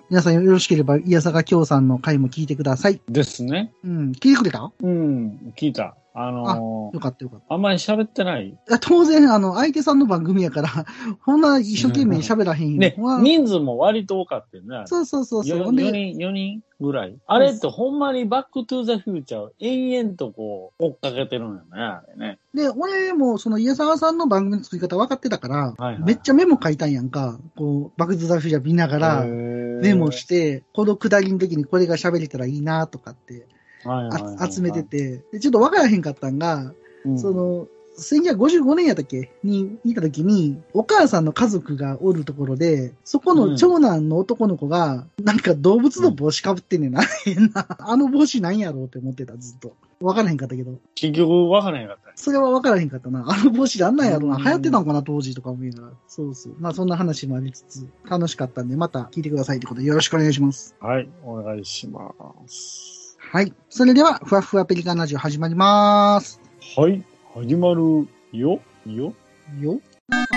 [SPEAKER 1] 皆さんよろしければイヤサガ京さんの回も聞いてください。
[SPEAKER 2] ですね。
[SPEAKER 1] うん。聞いてくれたよ
[SPEAKER 2] うん、聞いた。あのー
[SPEAKER 1] かったよかった。
[SPEAKER 2] あんまり喋ってない。
[SPEAKER 1] いや当然、あの、相手さんの番組やから、 こんな一生懸命喋らへんよ。
[SPEAKER 2] ね、
[SPEAKER 1] まあ
[SPEAKER 2] 人数も割と多かったよね。
[SPEAKER 1] そうそうそうそう。
[SPEAKER 2] 4,
[SPEAKER 1] ほんで
[SPEAKER 2] 人、四人ぐらい。あれってほんまにバックトゥーザフューチャーを延々とこう追っかけてるんよね、あれね。
[SPEAKER 1] で、俺も、その、家沢さんの番組の作り方分かってたから、
[SPEAKER 2] はいはい
[SPEAKER 1] めっちゃメモ書いたんやんか。こう、バクズザフィジャー見ながら、メ
[SPEAKER 2] メ
[SPEAKER 1] モして、この下りの時にこれが喋れたらいいなとかって、あ集めて、て、でちょっと分からへんかったんが、
[SPEAKER 2] うん
[SPEAKER 1] そ、の、1955年やったっけに、いた時に、お母さんの家族がおるところで、そこの長男の男の子が、なんか動物の帽子かぶってんねんな。変な。あの帽子なんやろうって思ってた、ずっと。分からへんかったけど。
[SPEAKER 2] 結局分からへんかったね。
[SPEAKER 1] それは分からへんかったな。あの帽子であんなんやろな。
[SPEAKER 2] うん
[SPEAKER 1] 流行ってたんかな、当時とか思いながら。そうそう。まあそんな話もありつつ、楽しかったんで、また聞いてくださいってことでよろしくお願いします。
[SPEAKER 2] はい、お願いします。
[SPEAKER 1] はい。それでは、ふわふわペリカンラジオ始まります。
[SPEAKER 2] はい、始まるよ、よ。
[SPEAKER 1] よ。なんか、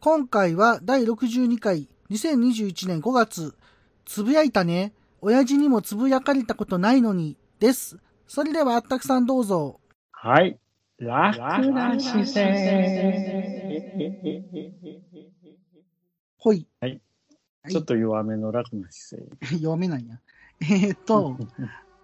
[SPEAKER 1] 今回は第62回2021年5月つぶやいたね親父にもつぶやかれたことないのにですそれではあったくさんどうぞ
[SPEAKER 2] はい、楽な姿勢。
[SPEAKER 1] ほい
[SPEAKER 2] ちょっと弱めの楽な姿勢。
[SPEAKER 1] 読めないな。えーっと、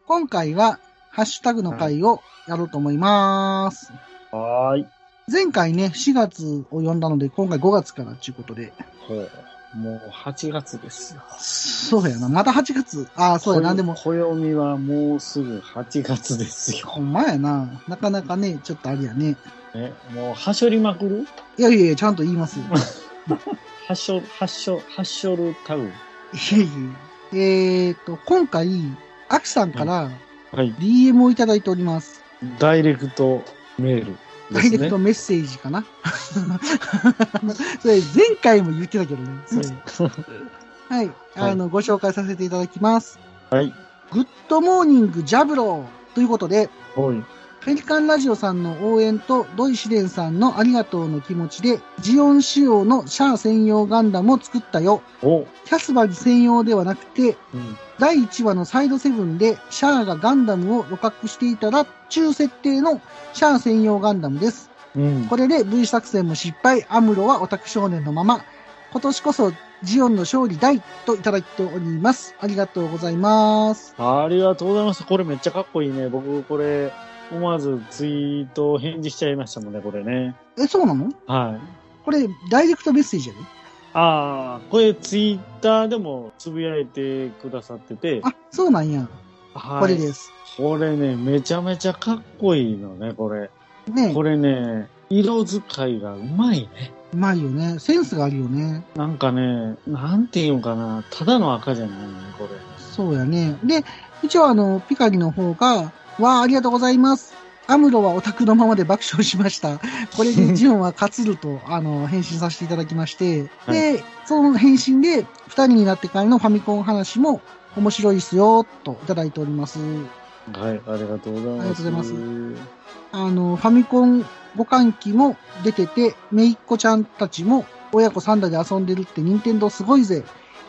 [SPEAKER 1] 今回は、ハッシュタグの回をやろうと思います。
[SPEAKER 2] はーい。
[SPEAKER 1] 前回ね、4月を読んだので、今回5月からっていうことで。
[SPEAKER 2] ほう。もう8月ですよ。
[SPEAKER 1] そうやな。また8月。ああ、そうやな。
[SPEAKER 2] こ
[SPEAKER 1] でも、
[SPEAKER 2] 暦はもうすぐ8月ですよ。
[SPEAKER 1] ほんまやな。なかなかね、ちょっとあれやね。
[SPEAKER 2] ね、もう、はしょりまくる
[SPEAKER 1] いやいやいや、ちゃんと言いますよ。
[SPEAKER 2] はしょ、はしょ、はしょるタグ。
[SPEAKER 1] いやいやえーっと、今回、アキさんから
[SPEAKER 2] はい。
[SPEAKER 1] DM をいただいております。
[SPEAKER 2] ダイレクトメールで
[SPEAKER 1] ダイ
[SPEAKER 2] す
[SPEAKER 1] レ
[SPEAKER 2] ね
[SPEAKER 1] クト。メッセージかな。 それ前回も言ってたけどね。それはい。あの、ご紹介させていただきます。
[SPEAKER 2] はい。
[SPEAKER 1] グッドモーニングジャブローということで、
[SPEAKER 2] はい。
[SPEAKER 1] ペリカンラジオさんの応援と土井紫蓮さんのありがとうの気持ちで、ジオン仕様のシャア専用ガンダムを作ったよ。
[SPEAKER 2] お、
[SPEAKER 1] キャスバリ専用ではなくて、
[SPEAKER 2] うん。
[SPEAKER 1] 第1話のサイドセブンでシャアがガンダムを露獲していたら中設定のシャア専用ガンダムです。
[SPEAKER 2] うん。
[SPEAKER 1] これで V 作戦も失敗、アムロはオタク少年のまま、今年こそジオンの勝利大といただいております。ありがとうございます。
[SPEAKER 2] ありがとうございます。これめっちゃかっこいいね。僕、これ、思わずツイート返事しちゃいましたもんね、これね。
[SPEAKER 1] え、そうなの
[SPEAKER 2] はい。
[SPEAKER 1] これ、ダイレクトメッセージやで。
[SPEAKER 2] ああ、これツイッターでもつぶやいてくださってて。
[SPEAKER 1] あ、そうなんや。
[SPEAKER 2] はい。
[SPEAKER 1] これです。
[SPEAKER 2] これね、めちゃめちゃかっこいいのね、これ。
[SPEAKER 1] ね
[SPEAKER 2] これね、色使いがうまいね。
[SPEAKER 1] うまいよね。センスがあるよね。
[SPEAKER 2] なんかね、なんていうのかな、ただの赤じゃないのね、これ。
[SPEAKER 1] そうやね。で、一応あの、ピカリの方が、わあ、ありがとうございます。アムロはオタクのままで爆笑しました。これでジオンは勝つると、 あの、返信させていただきまして、
[SPEAKER 2] は
[SPEAKER 1] で、その返信で、二人になってからのファミコン話も面白いっすよ、といただいております。
[SPEAKER 2] はい、ありがとうございます。
[SPEAKER 1] ありがとうあの、ファミコン互換機も出てて、めいっ子ちゃんたちも親子三代で遊んでるって任天堂すごいぜ。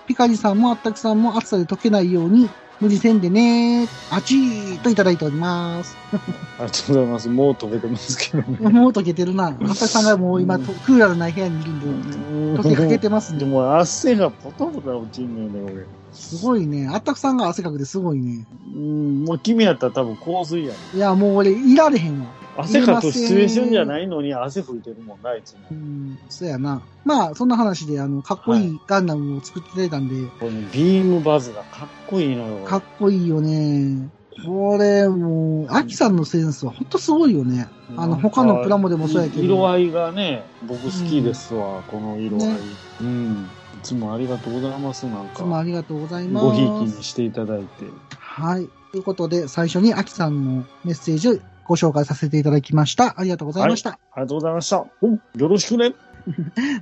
[SPEAKER 1] ピカリさんもあったくさんも暑さで溶けないように無理せんでねあちーっといただいております。
[SPEAKER 2] ありがとうございます。もう飛べてますけどね。
[SPEAKER 1] もう溶けてるな。あったくさんがもう今、
[SPEAKER 2] うん
[SPEAKER 1] とクーラーのない部屋にいるんで、溶けかけてますん
[SPEAKER 2] で
[SPEAKER 1] で、
[SPEAKER 2] も汗がポタポタ落ちんのよね、俺。
[SPEAKER 1] すごいね。あったくさんが汗かくですごいね。
[SPEAKER 2] うん、もう君やったら多分香水やね。
[SPEAKER 1] いや、もう俺、いられへんわ。
[SPEAKER 2] 汗かくシチュエーションじゃないのに汗拭いてるもんな、いつも。
[SPEAKER 1] うん、そやな。まあ、そんな話で、あの、かっこいいガンダムを作ってくれたんで、
[SPEAKER 2] このビームバズがかっこいいのよ。
[SPEAKER 1] かっこいいよね。これ、もう、アキさんのセンスはほんとすごいよね。あの、他のプラ
[SPEAKER 2] モ
[SPEAKER 1] モでもそうやけど。
[SPEAKER 2] 色合いがね、僕好きですわ、この色合い、
[SPEAKER 1] ね
[SPEAKER 2] うん。いつもありがとうございます、なん
[SPEAKER 1] いつもあ
[SPEAKER 2] か。
[SPEAKER 1] りがとうございます。
[SPEAKER 2] ごひいきにしていただいて。
[SPEAKER 1] はい。ということで、最初にアキさんのメッセージをご紹介させていただきました。ありがとうございました。
[SPEAKER 2] ありがとうございました。およろしくね。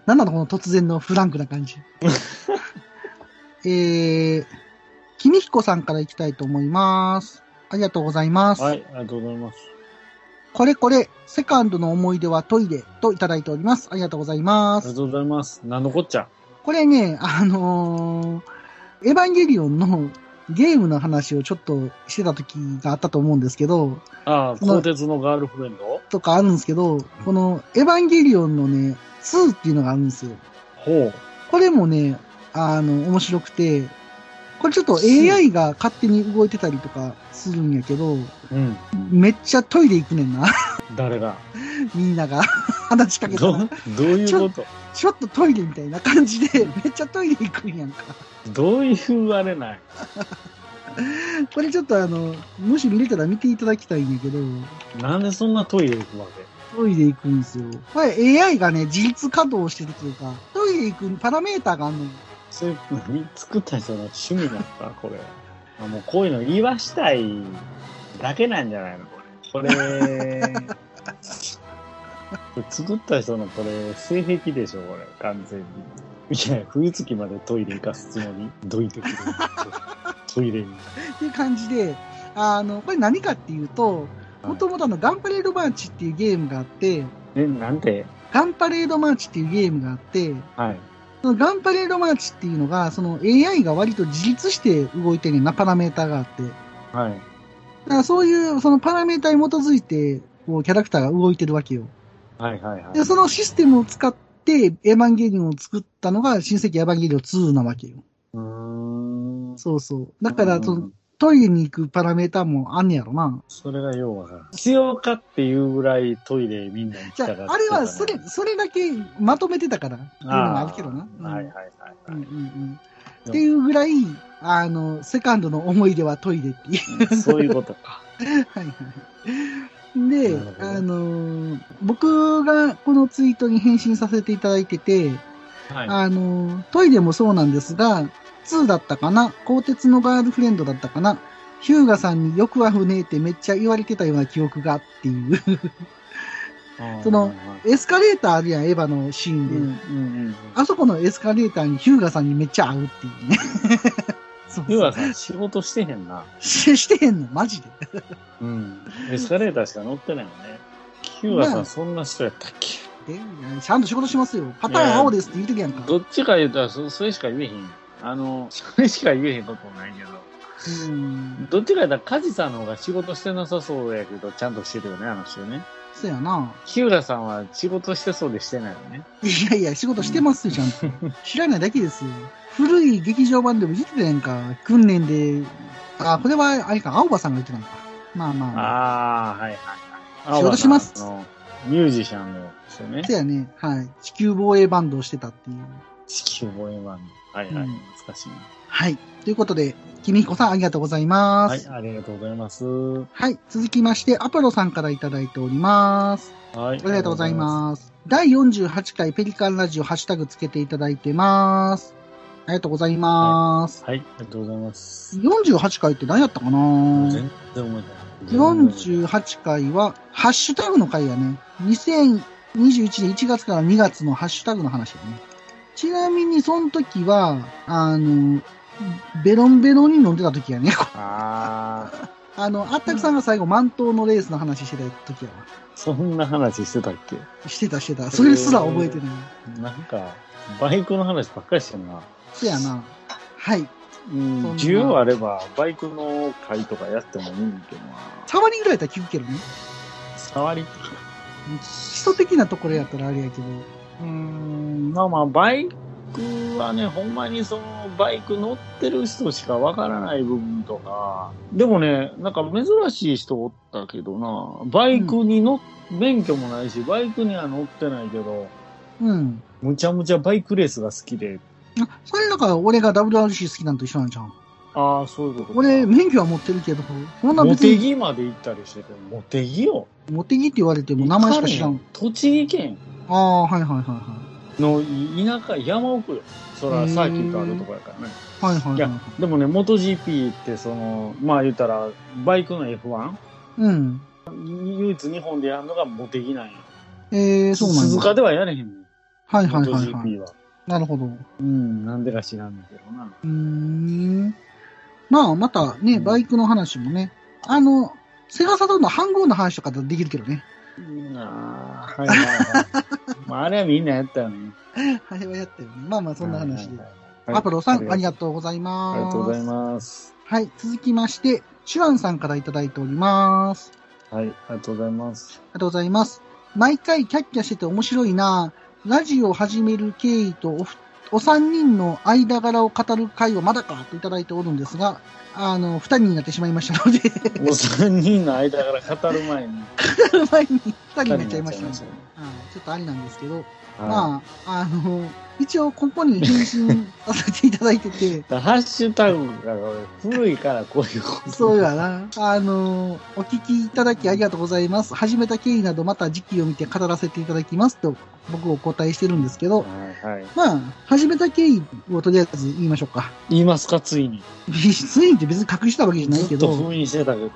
[SPEAKER 1] なんなのこの突然のフランクな 感じ。えー、君彦さんからいきたいと思います。ありがとうございます。
[SPEAKER 2] はい、ありがとうございます。
[SPEAKER 1] これこれ、セカンドの思い出はトイレといただいております。ありがとうございま
[SPEAKER 2] あり
[SPEAKER 1] す
[SPEAKER 2] が。とうございます。なんのこっちゃ。
[SPEAKER 1] これね、あのーエヴァンゲリオンのゲームの話をちょっとしてた時があったと思うんですけど、
[SPEAKER 2] ああ、
[SPEAKER 1] その
[SPEAKER 2] 鋼鉄のガールフレンド
[SPEAKER 1] とかあるんですけど、このエヴァンゲリオンのね、2っていうのがあるんですよ。
[SPEAKER 2] ほう。
[SPEAKER 1] これもね、あの、面白くて、これちょっと
[SPEAKER 2] 2
[SPEAKER 1] AI が勝手に動いてたりとかするんやけど、
[SPEAKER 2] うん。
[SPEAKER 1] めっちゃトイレ行くねんな、
[SPEAKER 2] 誰が
[SPEAKER 1] みんなが。話しかけた
[SPEAKER 2] ど
[SPEAKER 1] ら、
[SPEAKER 2] どういうこと
[SPEAKER 1] ちょっとトイレみたいな感じで、めっちゃトイレ行くんやんか。
[SPEAKER 2] どういうあれない
[SPEAKER 1] これちょっとあの、もし見れたら見ていただきたいんやけど、
[SPEAKER 2] なんでそんなトイレ行くわ
[SPEAKER 1] トイレ行くんですよ。これ AI がね、自律稼働してるというか、トイレ行くパラメーターがあんのよ。
[SPEAKER 2] けそれ、何作った人の趣味なんだこれ。あもうこういうの言わしたいだけなんじゃないのこれ。これ、これ作った人のこれ、性癖でしょこれ、完全に。いや、冬月までトイレ行かすつもり、どいてくれる。トイレに。
[SPEAKER 1] っていう感じで、あの、これ何かっていうと、もともとあの、ガンパレードマーチっていうゲームがあって、
[SPEAKER 2] え、なんて
[SPEAKER 1] ガンパレードマーチっていうゲームがあって、
[SPEAKER 2] はい。
[SPEAKER 1] そのガンパレードマーチっていうのが、その AI が割と自立して動いてるねんな、パラメーターがあって。だ
[SPEAKER 2] はい。
[SPEAKER 1] からそういう、そのパラメーターに基づいて、こう、キャラクターが動いてるわけよ。
[SPEAKER 2] はいはいはい。
[SPEAKER 1] で、そのシステムを使って、エヴァンゲリオンを作ったのが、新世紀エヴァンゲリオン2なわけよ。
[SPEAKER 2] うーん。
[SPEAKER 1] そうそう。だから、そ
[SPEAKER 2] うん
[SPEAKER 1] の、トイレに行くパラメーターもあんねやろな。
[SPEAKER 2] それが要は、必要かっていうぐらいトイレみんな行き
[SPEAKER 1] じ
[SPEAKER 2] た
[SPEAKER 1] ゃ
[SPEAKER 2] がってた
[SPEAKER 1] あ、あれは、それ、それだけまとめてたから、っていうのもあるけどな。うん
[SPEAKER 2] はいはいはい、
[SPEAKER 1] うんう
[SPEAKER 2] は
[SPEAKER 1] ん
[SPEAKER 2] い
[SPEAKER 1] うん。っていうぐらい、あの、セカンドの思い出はトイレっていう。
[SPEAKER 2] うんそういうことか。
[SPEAKER 1] はいはい。で
[SPEAKER 2] なる、ほど
[SPEAKER 1] あのー僕がこのツイートに返信させていただいてて、
[SPEAKER 2] は
[SPEAKER 1] あの、トイレもそうなんですが、2だったかな鋼鉄のガールフレンドだったかなヒューガさんによくは不ねえってめっちゃ言われてたような記憶がっていう。
[SPEAKER 2] い。
[SPEAKER 1] その
[SPEAKER 2] うん
[SPEAKER 1] エスカレーターあるやん、エヴァのシーン
[SPEAKER 2] う
[SPEAKER 1] で。
[SPEAKER 2] んうん。
[SPEAKER 1] あそこのエスカレーターにヒューガさんにめっちゃ合うっていう ね。そう
[SPEAKER 2] ゆう
[SPEAKER 1] そう
[SPEAKER 2] はさん、仕事してへんな。
[SPEAKER 1] ししてへんのマジで。
[SPEAKER 2] うん。エスカレーターしか乗ってないもんね。ゆうはさ
[SPEAKER 1] まあ
[SPEAKER 2] ん、そんな人やったっけ
[SPEAKER 1] えちゃんと仕事しますよ。パターン青ですって言うてるやんか。
[SPEAKER 2] どっちか言うたらそ、それしか言えへん。あの、それしか言えへんことないけど。
[SPEAKER 1] うん。
[SPEAKER 2] どっちかやったら、カジさんの方が仕事してなさそうやけど、ちゃんとしてるよね、あの人ね。
[SPEAKER 1] そうやな。
[SPEAKER 2] 日浦さんは仕事してそうでしてないよね。
[SPEAKER 1] いやいや、仕事してますよ、ちゃんと。知らないだけですよ。古い劇場版でも言ってたやんか。訓練で、あ、これは、あれか、青葉さんが言ってたのか。まあまあ。
[SPEAKER 2] ああ、はいはいはい。
[SPEAKER 1] 仕事します
[SPEAKER 2] 青葉さんのミュージシャンの人ね。
[SPEAKER 1] そうやね。はい。地球防衛バンドをしてたっていう。
[SPEAKER 2] 地球防衛マンの。はいはい。
[SPEAKER 1] うん
[SPEAKER 2] 懐かしいな。
[SPEAKER 1] はい。ということで、君彦さんありがとうございます。
[SPEAKER 2] はい、ありがとうございます。は
[SPEAKER 1] はい。続きまして、アポロさんからいただいております。
[SPEAKER 2] い。あり
[SPEAKER 1] ありがとうございます。第48回ペリカンラジオハッシュタグつけていただいてます。ありがとうございます
[SPEAKER 2] す。。はい、ありがとうございます。
[SPEAKER 1] 48回って何やったかな
[SPEAKER 2] 全然思えない。
[SPEAKER 1] 48回は、ハッシュタグの回やね。2021年1月から2月のハッシュタグの話やね。ちなみに、その時は、あの、ベロンベロンに飲んでた時やね。
[SPEAKER 2] ああ、
[SPEAKER 1] あの、あったくさんが最後、満頭のレースの話してた時やわ。
[SPEAKER 2] そんな話してたっけ
[SPEAKER 1] してたしてた。それすら覚えてない。
[SPEAKER 2] なんか、バイクの話ばっかりしてんな。
[SPEAKER 1] そやな。はい。
[SPEAKER 2] うん
[SPEAKER 1] そんな
[SPEAKER 2] 需要あれば、バイクの会とかやってもいいんだけどな。
[SPEAKER 1] 触りぐらいやったら聞くけどね。
[SPEAKER 2] 触り
[SPEAKER 1] 基礎的なところやったらあれやけど。
[SPEAKER 2] うーん、まあまあ、バイクはね、ほんまにその、バイク乗ってる人しかわからない部分とか、でもね、なんか珍しい人おったけどな、バイクに乗っ、免許もないし、バイクには乗ってないけど、
[SPEAKER 1] うん。
[SPEAKER 2] むちゃむちゃバイクレースが好きで、
[SPEAKER 1] あそれだから俺が WRC 好きなんと一緒なんじゃん。
[SPEAKER 2] ああ、そういうことか。
[SPEAKER 1] 俺、免許は持ってるけど、こんな
[SPEAKER 2] モ
[SPEAKER 1] 別
[SPEAKER 2] テ
[SPEAKER 1] に、
[SPEAKER 2] ギまで行ったりしてて、モテギよ。
[SPEAKER 1] モテギって言われても名前しか知らん。
[SPEAKER 2] 栃木県
[SPEAKER 1] ああ、はいはいはいは
[SPEAKER 2] の田舎、山奥よ。そら、サーキットあるとこやからね。
[SPEAKER 1] い。はいはい
[SPEAKER 2] い
[SPEAKER 1] はい
[SPEAKER 2] や
[SPEAKER 1] はい。、
[SPEAKER 2] でもね、モト GP って、その、まあ言ったら、バイクの F1?
[SPEAKER 1] うん。
[SPEAKER 2] 唯一日本でやるのがモテギなんや。
[SPEAKER 1] えー、そうなんだ。
[SPEAKER 2] 鈴鹿ではやれへんねん。
[SPEAKER 1] はい
[SPEAKER 2] モ
[SPEAKER 1] はい
[SPEAKER 2] ト
[SPEAKER 1] はいはい
[SPEAKER 2] GP。は。
[SPEAKER 1] なるほど。う
[SPEAKER 2] うん、なんでか知らんねんけどな。
[SPEAKER 1] ーん。まあ、またね、
[SPEAKER 2] うん
[SPEAKER 1] バイクの話もね。あの、セガサターンの半号の話とかできるけどね。
[SPEAKER 2] いいなぁ。はいはい はい。まああれはみんなやったよね。
[SPEAKER 1] あれはやったよね。まあまあ、そんな話で
[SPEAKER 2] はい。はいはい。
[SPEAKER 1] アポロさん、あり
[SPEAKER 2] が
[SPEAKER 1] がとうござい
[SPEAKER 2] と
[SPEAKER 1] ます。
[SPEAKER 2] ありがとうございます。
[SPEAKER 1] はい、続きまして、シュワンさんからいただいております。
[SPEAKER 2] はい、ありがとうございま
[SPEAKER 1] あ。
[SPEAKER 2] す
[SPEAKER 1] りがとうございます。毎回キャッキャしてて面白いなラジオを始める経緯とおふお三人の間柄を語る回をまだかといただいておるんですが、あの、二人になってしまいましたので、
[SPEAKER 2] お三人の間から語る前に。
[SPEAKER 1] 前に二人になっちゃいましたので、
[SPEAKER 2] ね。
[SPEAKER 1] はいちょっとありなんですけど、
[SPEAKER 2] は
[SPEAKER 1] まあ、あの、一応ここに返信させていただいてて、
[SPEAKER 2] い。ハッシュタグが古いからこういうこと。
[SPEAKER 1] そうやな。あのお聞きいただきありがとうございます。始めた経緯などまた時期を見て語らせていただきますと僕お答えしてるんですけど、
[SPEAKER 2] はいはい。
[SPEAKER 1] まあ、始めた経緯をとりあえず言いましょうか。
[SPEAKER 2] 言いますか、ついに。
[SPEAKER 1] ついって別に隠したわけじゃない
[SPEAKER 2] ず
[SPEAKER 1] け
[SPEAKER 2] っと
[SPEAKER 1] ど、
[SPEAKER 2] 封印してたけど。
[SPEAKER 1] も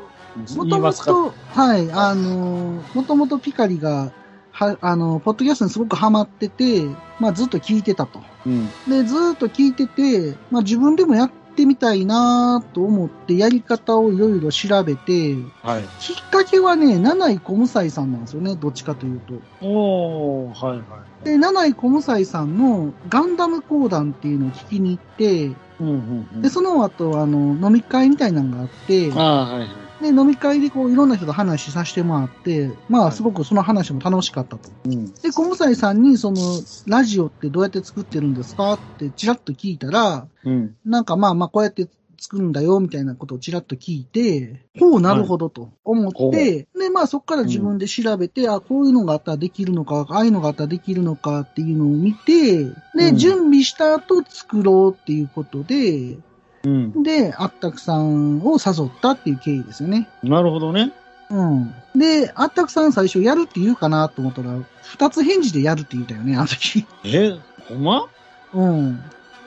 [SPEAKER 2] 言
[SPEAKER 1] と
[SPEAKER 2] いま
[SPEAKER 1] も
[SPEAKER 2] すか
[SPEAKER 1] と、はい、あのもともとピカリが、は、あの、ポッドキャストにすごくハマってて、まあずっと聞いてたと。
[SPEAKER 2] うん。
[SPEAKER 1] で、ずーっと聞いてて、まあ自分でもやってみたいなと思って、やり方をいろいろ調べて、
[SPEAKER 2] はい。
[SPEAKER 1] きっかけはね、七井小武斎さんなんですよね、どっちかというと。
[SPEAKER 2] おー、はいはい。
[SPEAKER 1] で、七井小武斎さんのガンダム講談っていうのを聞きに行って、
[SPEAKER 2] うんうんうん。
[SPEAKER 1] で、その後、あの、飲み会みたいなのがあって、
[SPEAKER 2] ああ、はいはい。
[SPEAKER 1] で、飲み会でこう、いろんな人と話しさせてもらって、ま
[SPEAKER 2] は
[SPEAKER 1] あ、
[SPEAKER 2] い
[SPEAKER 1] すごくその話も楽しかったと。
[SPEAKER 2] うん。
[SPEAKER 1] で、小武斎さんに、その、ラジオってどうやって作ってるんですかって、ちらっと聞いたら、
[SPEAKER 2] うん。
[SPEAKER 1] なんかまあまあ、こうやって作るんだよ、みたいなことをちらっと聞いて、ほう、なるほどと思って、
[SPEAKER 2] ほう
[SPEAKER 1] で、まあそこから自分で調べて、あ、こういうのがあったらできるのか、ああいうのがあったらできるのかっていうのを見て、で、
[SPEAKER 2] うん
[SPEAKER 1] 準備した後作ろうっていうことで、
[SPEAKER 2] うん。
[SPEAKER 1] で、あったくさんを誘ったっていう経緯ですよね。
[SPEAKER 2] なるほどね。
[SPEAKER 1] うん。で、あったくさん最初やるって言うかなと思ったら、二つ返事でやるって言ったよね、あの時。
[SPEAKER 2] え、ほんま
[SPEAKER 1] うん。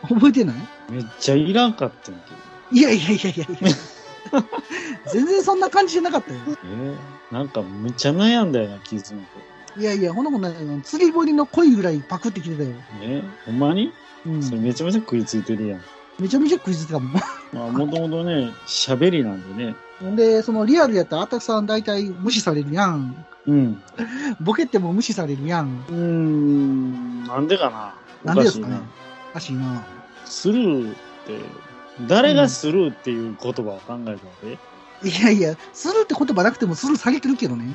[SPEAKER 1] 覚えてない
[SPEAKER 2] めっちゃいらんかったんやけど。
[SPEAKER 1] いやいやいやいやい や。全然そんな感じじゃなかったよ。
[SPEAKER 2] えー、なんかめっちゃ悩んだよな、気づいて。
[SPEAKER 1] いやいや、ほんなことないよ。釣り堀の鯉ぐらいパクってきてたよ。
[SPEAKER 2] え、ほんまに
[SPEAKER 1] うん。
[SPEAKER 2] それめちゃめちゃ食いついてるやん。
[SPEAKER 1] めちゃめちゃ食いついてたもん。
[SPEAKER 2] まあ、もともとね、 喋りなんでね。
[SPEAKER 1] ほんで、そのリアルやったら、あたくさん大体無視されるやん。
[SPEAKER 2] うん。
[SPEAKER 1] ボケても無視されるやん。
[SPEAKER 2] うーん、なんでか
[SPEAKER 1] な
[SPEAKER 2] な。
[SPEAKER 1] ん
[SPEAKER 2] お
[SPEAKER 1] でで
[SPEAKER 2] かし
[SPEAKER 1] す
[SPEAKER 2] い
[SPEAKER 1] かね
[SPEAKER 2] な。。
[SPEAKER 1] おかしいな。
[SPEAKER 2] スルーって誰がスルーっていう言葉を考えたわけ、
[SPEAKER 1] いやいや、スルーって言葉なくてもスルーされてるけど ね。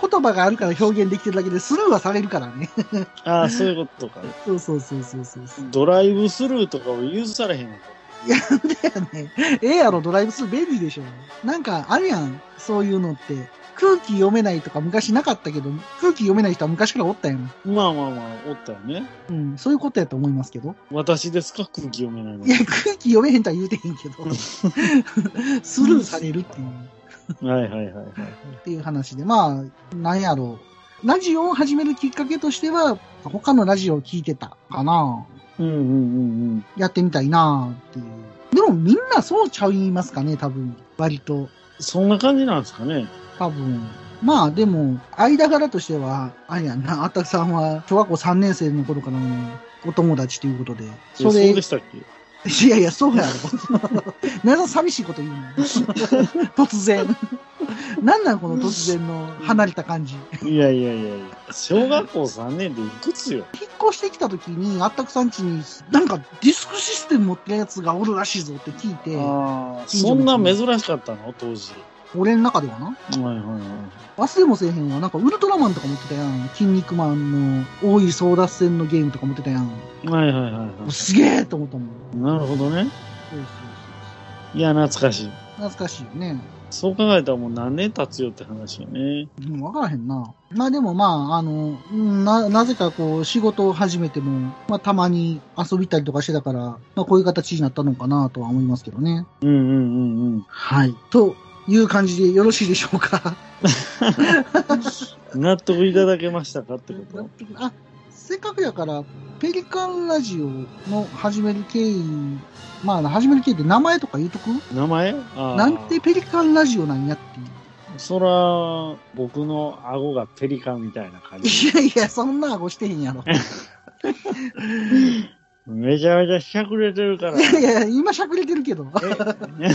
[SPEAKER 1] 言葉があるから表現できてるだけで、スルーはされるからね。
[SPEAKER 2] ああ、そういうことか。
[SPEAKER 1] そうそうそうそうそうそう。
[SPEAKER 2] ドライブスルーとかを許されへんのか
[SPEAKER 1] だよね。 ええやろ、ドライブスルー便利でしょ。なんか、あるやん、そういうのって。空気読めないとか昔なかったけど、空気読めない人は昔からおったやん。
[SPEAKER 2] まあまあまあ、おったよね。
[SPEAKER 1] うん、そういうことやと思いますけど。
[SPEAKER 2] 私ですか空気読めないの
[SPEAKER 1] いや、空気読めへんとは言うてへんけど、スルーされるっていう。
[SPEAKER 2] はいはいはいはい。
[SPEAKER 1] っていう話で、まあ、なんやろう。ラジオを始めるきっかけとしては、他のラジオを聞いてたかな。
[SPEAKER 2] うんうんうんうん。
[SPEAKER 1] やってみたいなっていう。でもみんなそうちゃいますかね、多分。割と。
[SPEAKER 2] そんな感じなんですかね。
[SPEAKER 1] 多分。まあでも、間柄としては、あれやんな、あたくさんは小学校3年生の頃からのお友達ということで。
[SPEAKER 2] えそうでしたっけ
[SPEAKER 1] いやいや、そうやろ。 なんで寂しいこと言うの 突然。なんなんこの突然の離れた感じ。
[SPEAKER 2] いやいやいやいや。小学校3年でいくつよ。
[SPEAKER 1] 引っ越してきた時に、あったくさん家に、なんかディスクシステム持ってるやつがおるらしいぞって聞いて、
[SPEAKER 2] ああ、そんな珍しかったの当時。
[SPEAKER 1] 俺の中ではな。
[SPEAKER 2] はいはいは
[SPEAKER 1] 忘れもせえへんわ。なんかウルトラマンとか持ってたやん。筋肉マンの大井争奪戦のゲームとか持ってたやん。
[SPEAKER 2] い。はいはいはいは
[SPEAKER 1] すげえと思ったもん。
[SPEAKER 2] い。なるほど
[SPEAKER 1] そうそ
[SPEAKER 2] ね。
[SPEAKER 1] うそう
[SPEAKER 2] いや、懐かしい。
[SPEAKER 1] 懐かしいよね。
[SPEAKER 2] そう考えたらもう何年経つよって話よね。
[SPEAKER 1] うん、わからへんな。まあでもまあ、あの、うんな、なぜかこう、仕事を始めても、まあたまに遊びたりとかしてたから、まあこういう形になったのかなとは思いますけどね。
[SPEAKER 2] うんうんうんうん。
[SPEAKER 1] はい。という感じでよろしいでしょうか。
[SPEAKER 2] 納得いただけましたかってこと
[SPEAKER 1] あ、せっかくやから、ペリカンラジオの始める経緯、まあ始める経緯って名前とか言うとく
[SPEAKER 2] 名前ああ
[SPEAKER 1] なんてペリカンラジオなんやっていう。
[SPEAKER 2] そら、僕の顎がペリカンみたいな感じ。
[SPEAKER 1] いやいや、そんな顎してへんやろ。
[SPEAKER 2] めちゃめちゃしゃくれてるか ら。
[SPEAKER 1] いやいや、今しゃくれてるけど。
[SPEAKER 2] え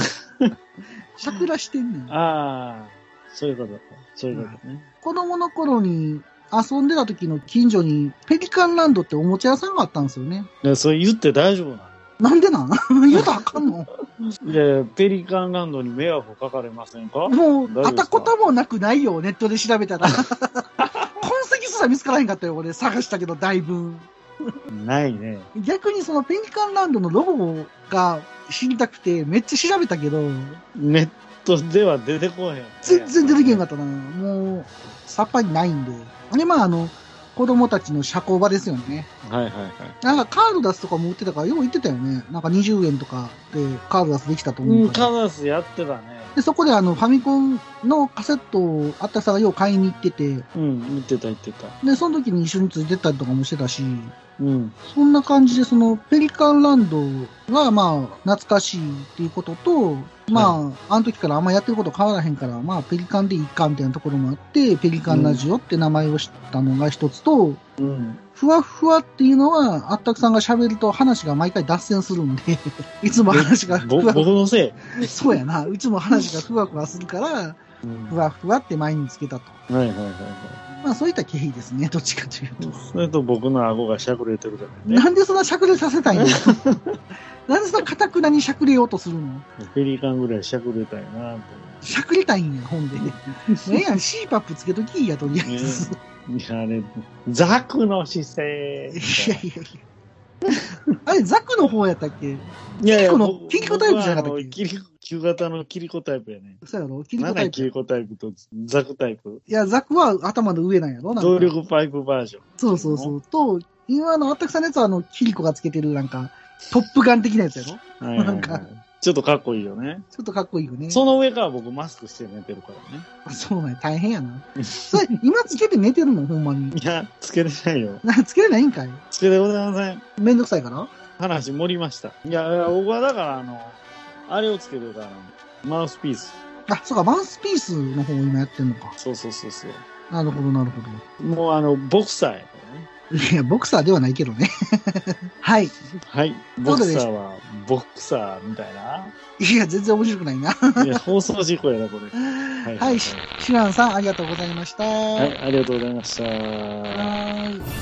[SPEAKER 1] しゃくらしてんねん。
[SPEAKER 2] ああ、そういうことか。そういうことね。
[SPEAKER 1] 子供の頃に遊んでた時の近所にペリカンランドっておもちゃ屋さんがあったんですよね。
[SPEAKER 2] でそれ言って大丈夫な
[SPEAKER 1] なんでなん 言うとあかんの
[SPEAKER 2] のいやいやペリカンランドに迷惑かかれません
[SPEAKER 1] も
[SPEAKER 2] か大丈夫で
[SPEAKER 1] う、
[SPEAKER 2] すか
[SPEAKER 1] あたこともなくないよ、ネットで調べたら。 痕跡すら見つからへんかったよ、俺。探したけど、だいぶ。
[SPEAKER 2] ないね。
[SPEAKER 1] 逆にそのペリカンランドのロゴが知りたくて、めっちゃ調べたけど、
[SPEAKER 2] ネットでは出てこへん、
[SPEAKER 1] 全然出てけんか
[SPEAKER 2] っ
[SPEAKER 1] ったな。もう、さっぱりないんで。で、まあ、あの、子供たちの社交場ですよね。
[SPEAKER 2] た。はいはいはい。
[SPEAKER 1] なんかカード出すとかも売ってたから、よう言ってたよね。なんか20円とかでカード出すできたと思
[SPEAKER 2] う、
[SPEAKER 1] うんから。
[SPEAKER 2] カナスやってたね。
[SPEAKER 1] で、そこであの、ファミコンのカセットをあったさんがよう買いに行ってて、
[SPEAKER 2] うん、言ってた言ってた。
[SPEAKER 1] で、その時に一緒についてったりとかもしてたし、
[SPEAKER 2] うん。
[SPEAKER 1] そんな感じで、その、ペリカンランドが、まあ、懐かしいっていうことと、まあ、あの時からあんまやってること変わらへんから、まあ、ペリカンでいいかみたいなところもあって、ペリカンラジオって名前を知ったのが一つと、
[SPEAKER 2] うん。
[SPEAKER 1] ふわふわっていうのは、あったくさんが喋ると話が毎回脱線するんで、 いつも話がふ
[SPEAKER 2] ぼ
[SPEAKER 1] わ
[SPEAKER 2] 僕
[SPEAKER 1] ふわ、
[SPEAKER 2] のせい。
[SPEAKER 1] そうやな、いつも話がふわふわするから、
[SPEAKER 2] うん
[SPEAKER 1] ふ
[SPEAKER 2] は
[SPEAKER 1] わふわって前につけたと。
[SPEAKER 2] いはいはいは
[SPEAKER 1] まあそういった経緯ですね、どっちかというと。
[SPEAKER 2] い。それと僕の顎がしゃくれてるからね。
[SPEAKER 1] なんでそんなしゃくれさせたいの なんでそんなかたくなにしゃくれようとするの
[SPEAKER 2] ペリカンぐらいしゃくれたいなと
[SPEAKER 1] しゃくりたいんや、 本で。ええやん、シーパップつけときいいや、とりあえず。
[SPEAKER 2] 思って。いや、あれ、ザクの姿勢。
[SPEAKER 1] いやいやいや。あれ、ザクの方やったっけ
[SPEAKER 2] いやい
[SPEAKER 1] キリ
[SPEAKER 2] や、
[SPEAKER 1] コの
[SPEAKER 2] 僕
[SPEAKER 1] キリコタイプじゃなかったっけ
[SPEAKER 2] 僕はあのキリコ旧型のキリコタイプやね。
[SPEAKER 1] そうやろキリ
[SPEAKER 2] な
[SPEAKER 1] コ
[SPEAKER 2] ん
[SPEAKER 1] タ
[SPEAKER 2] だ
[SPEAKER 1] イプ。
[SPEAKER 2] キリ
[SPEAKER 1] い
[SPEAKER 2] コタイプとザクタイプ。
[SPEAKER 1] や、ザクは頭の上なんやろなんか
[SPEAKER 2] 動力パイプバージョン。
[SPEAKER 1] そうそうそう。と、今のあったくさんのやつは、あの、キリコがつけてる、なんか、トップガン的なやつやろちょ
[SPEAKER 2] はいはいは
[SPEAKER 1] ないんか
[SPEAKER 2] ちょっとかっこいいよね。
[SPEAKER 1] っとかっこいいよね。
[SPEAKER 2] その上から僕マスクして寝てるからね。
[SPEAKER 1] あそうなんや、大変やな。それ、今つけて寝てるのほんまに。
[SPEAKER 2] いや、つけれないよ。
[SPEAKER 1] なつけれないんかい
[SPEAKER 2] つけてございません。
[SPEAKER 1] めんどくさいから
[SPEAKER 2] 話盛りました。いや、いや僕はだから、あの、あれをつけてるから、マウスピース。
[SPEAKER 1] あ、そうか、マウスピースの方を今やってんのか。
[SPEAKER 2] そうそうそうそう。
[SPEAKER 1] なるほど、なるほど。
[SPEAKER 2] もうあの、ボクサーやからね。
[SPEAKER 1] いや、ボクサーではないけどね。 はい。
[SPEAKER 2] はい。
[SPEAKER 1] そ
[SPEAKER 2] ボ
[SPEAKER 1] う
[SPEAKER 2] ク
[SPEAKER 1] です
[SPEAKER 2] サーは、ボクサーみたいな。
[SPEAKER 1] いや、全然面白くないな。
[SPEAKER 2] い や、放送事故やな、これ。
[SPEAKER 1] はいい、しシュランさん、ありがとうございました。は
[SPEAKER 2] はい、ありがとうございました。
[SPEAKER 1] ーい。
[SPEAKER 3] 「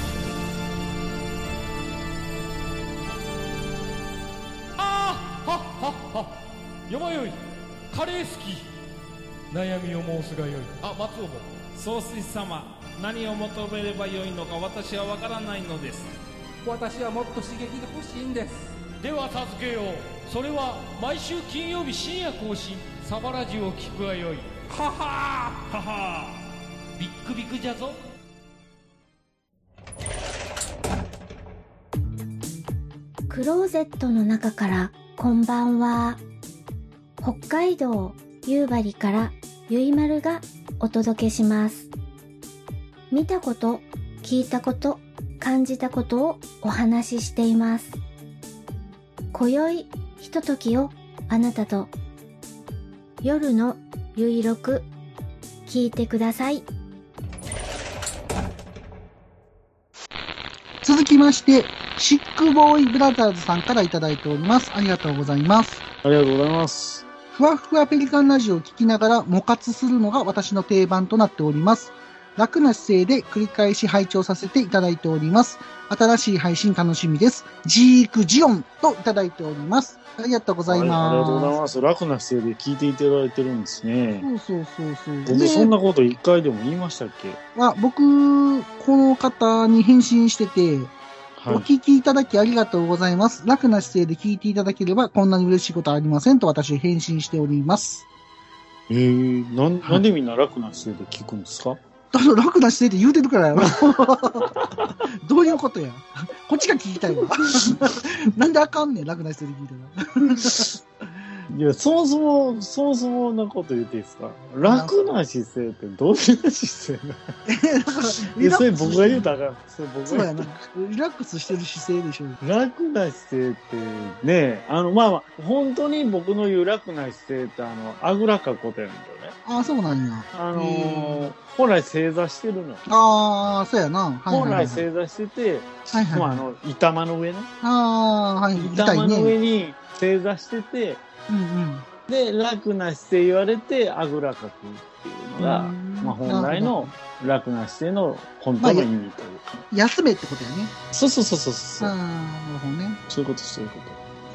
[SPEAKER 3] あよまよいカレー好き悩みを申すがよいあ松尾も
[SPEAKER 4] 総帥様何を求めればよいのか私は分からないのです
[SPEAKER 5] 私はもっと刺激が欲しいんです
[SPEAKER 3] では助けようそれは毎週金曜日深夜更新サバラジを聞くがよいははははビックビックじゃぞ
[SPEAKER 6] クローゼットの中から、こんばんは。北海道夕張からゆいまるがお届けします。見たこと、聞いたこと、感じたことをお話ししています。今宵、ひとときをあなたと。夜のゆいろく、聞いてください。
[SPEAKER 1] 続きまして、シックボーイブラザーズさんからいただいております。ありがとうございます。
[SPEAKER 2] ありがとうございます。
[SPEAKER 1] ふわふわペリカンラジオを聞きながら、模活するのが私の定番となっております。楽な姿勢で繰り返し拝聴させていただいております。新しい配信楽しみです。ジークジオンといただいております。ありがとうございます。
[SPEAKER 2] ありがとうございます。楽な姿勢で聞いていただいてるんですね。
[SPEAKER 1] そうそうそうそう。
[SPEAKER 2] 僕、そんなこと一回でも言いましたっけ
[SPEAKER 1] あ僕、この方に返信してて、お
[SPEAKER 2] はい。
[SPEAKER 1] 聞きいただきありがとうございます。楽な姿勢で聞いていただければ、こんなに嬉しいことはありませんと私返信しております。
[SPEAKER 2] えー、なんなんでみんな楽な姿勢で聞くんですか
[SPEAKER 1] だから楽な姿勢って言うてるからやろ。 どういうことや。こっちが聞きたいわ。 なんであかんねん、楽な姿勢で聞いたら。
[SPEAKER 2] いや、そもそも、そもそもなこと言っていいですか楽な姿勢ってどういう姿勢な
[SPEAKER 1] え、だから
[SPEAKER 2] のいや、それ
[SPEAKER 1] リラックス
[SPEAKER 2] 僕が言うたらあかん。それ僕
[SPEAKER 1] そう
[SPEAKER 2] が
[SPEAKER 1] や
[SPEAKER 2] 言う
[SPEAKER 1] な。リラックスしてる姿勢でしょ。
[SPEAKER 2] 楽な姿勢ってね、あの、まあまあ、本当に僕の言う楽な姿勢って、あの、あぐらかくことやねんけどね。
[SPEAKER 1] ああ、そうなんや。
[SPEAKER 2] あ
[SPEAKER 1] う
[SPEAKER 2] のー、本来正座してるのよ。
[SPEAKER 1] ああ、そうやな。はいはい
[SPEAKER 2] 本
[SPEAKER 1] はい
[SPEAKER 2] 来正座してて、
[SPEAKER 1] はいはい
[SPEAKER 2] まあ、あの、板間の上ね。
[SPEAKER 1] ああ、はい。痛
[SPEAKER 2] 板
[SPEAKER 1] い
[SPEAKER 2] 間の上
[SPEAKER 1] ね。
[SPEAKER 2] に正座してて、
[SPEAKER 1] うんうん。
[SPEAKER 2] で、楽な姿勢言われて、あぐらかくっていうのが、
[SPEAKER 1] うん
[SPEAKER 2] まあ、本来の楽な姿勢の本当の意味というか。
[SPEAKER 1] 休めってことやね。
[SPEAKER 2] そうそうそうそうそう。
[SPEAKER 1] ああ、なるほどね。
[SPEAKER 2] そういうこと、そういうこ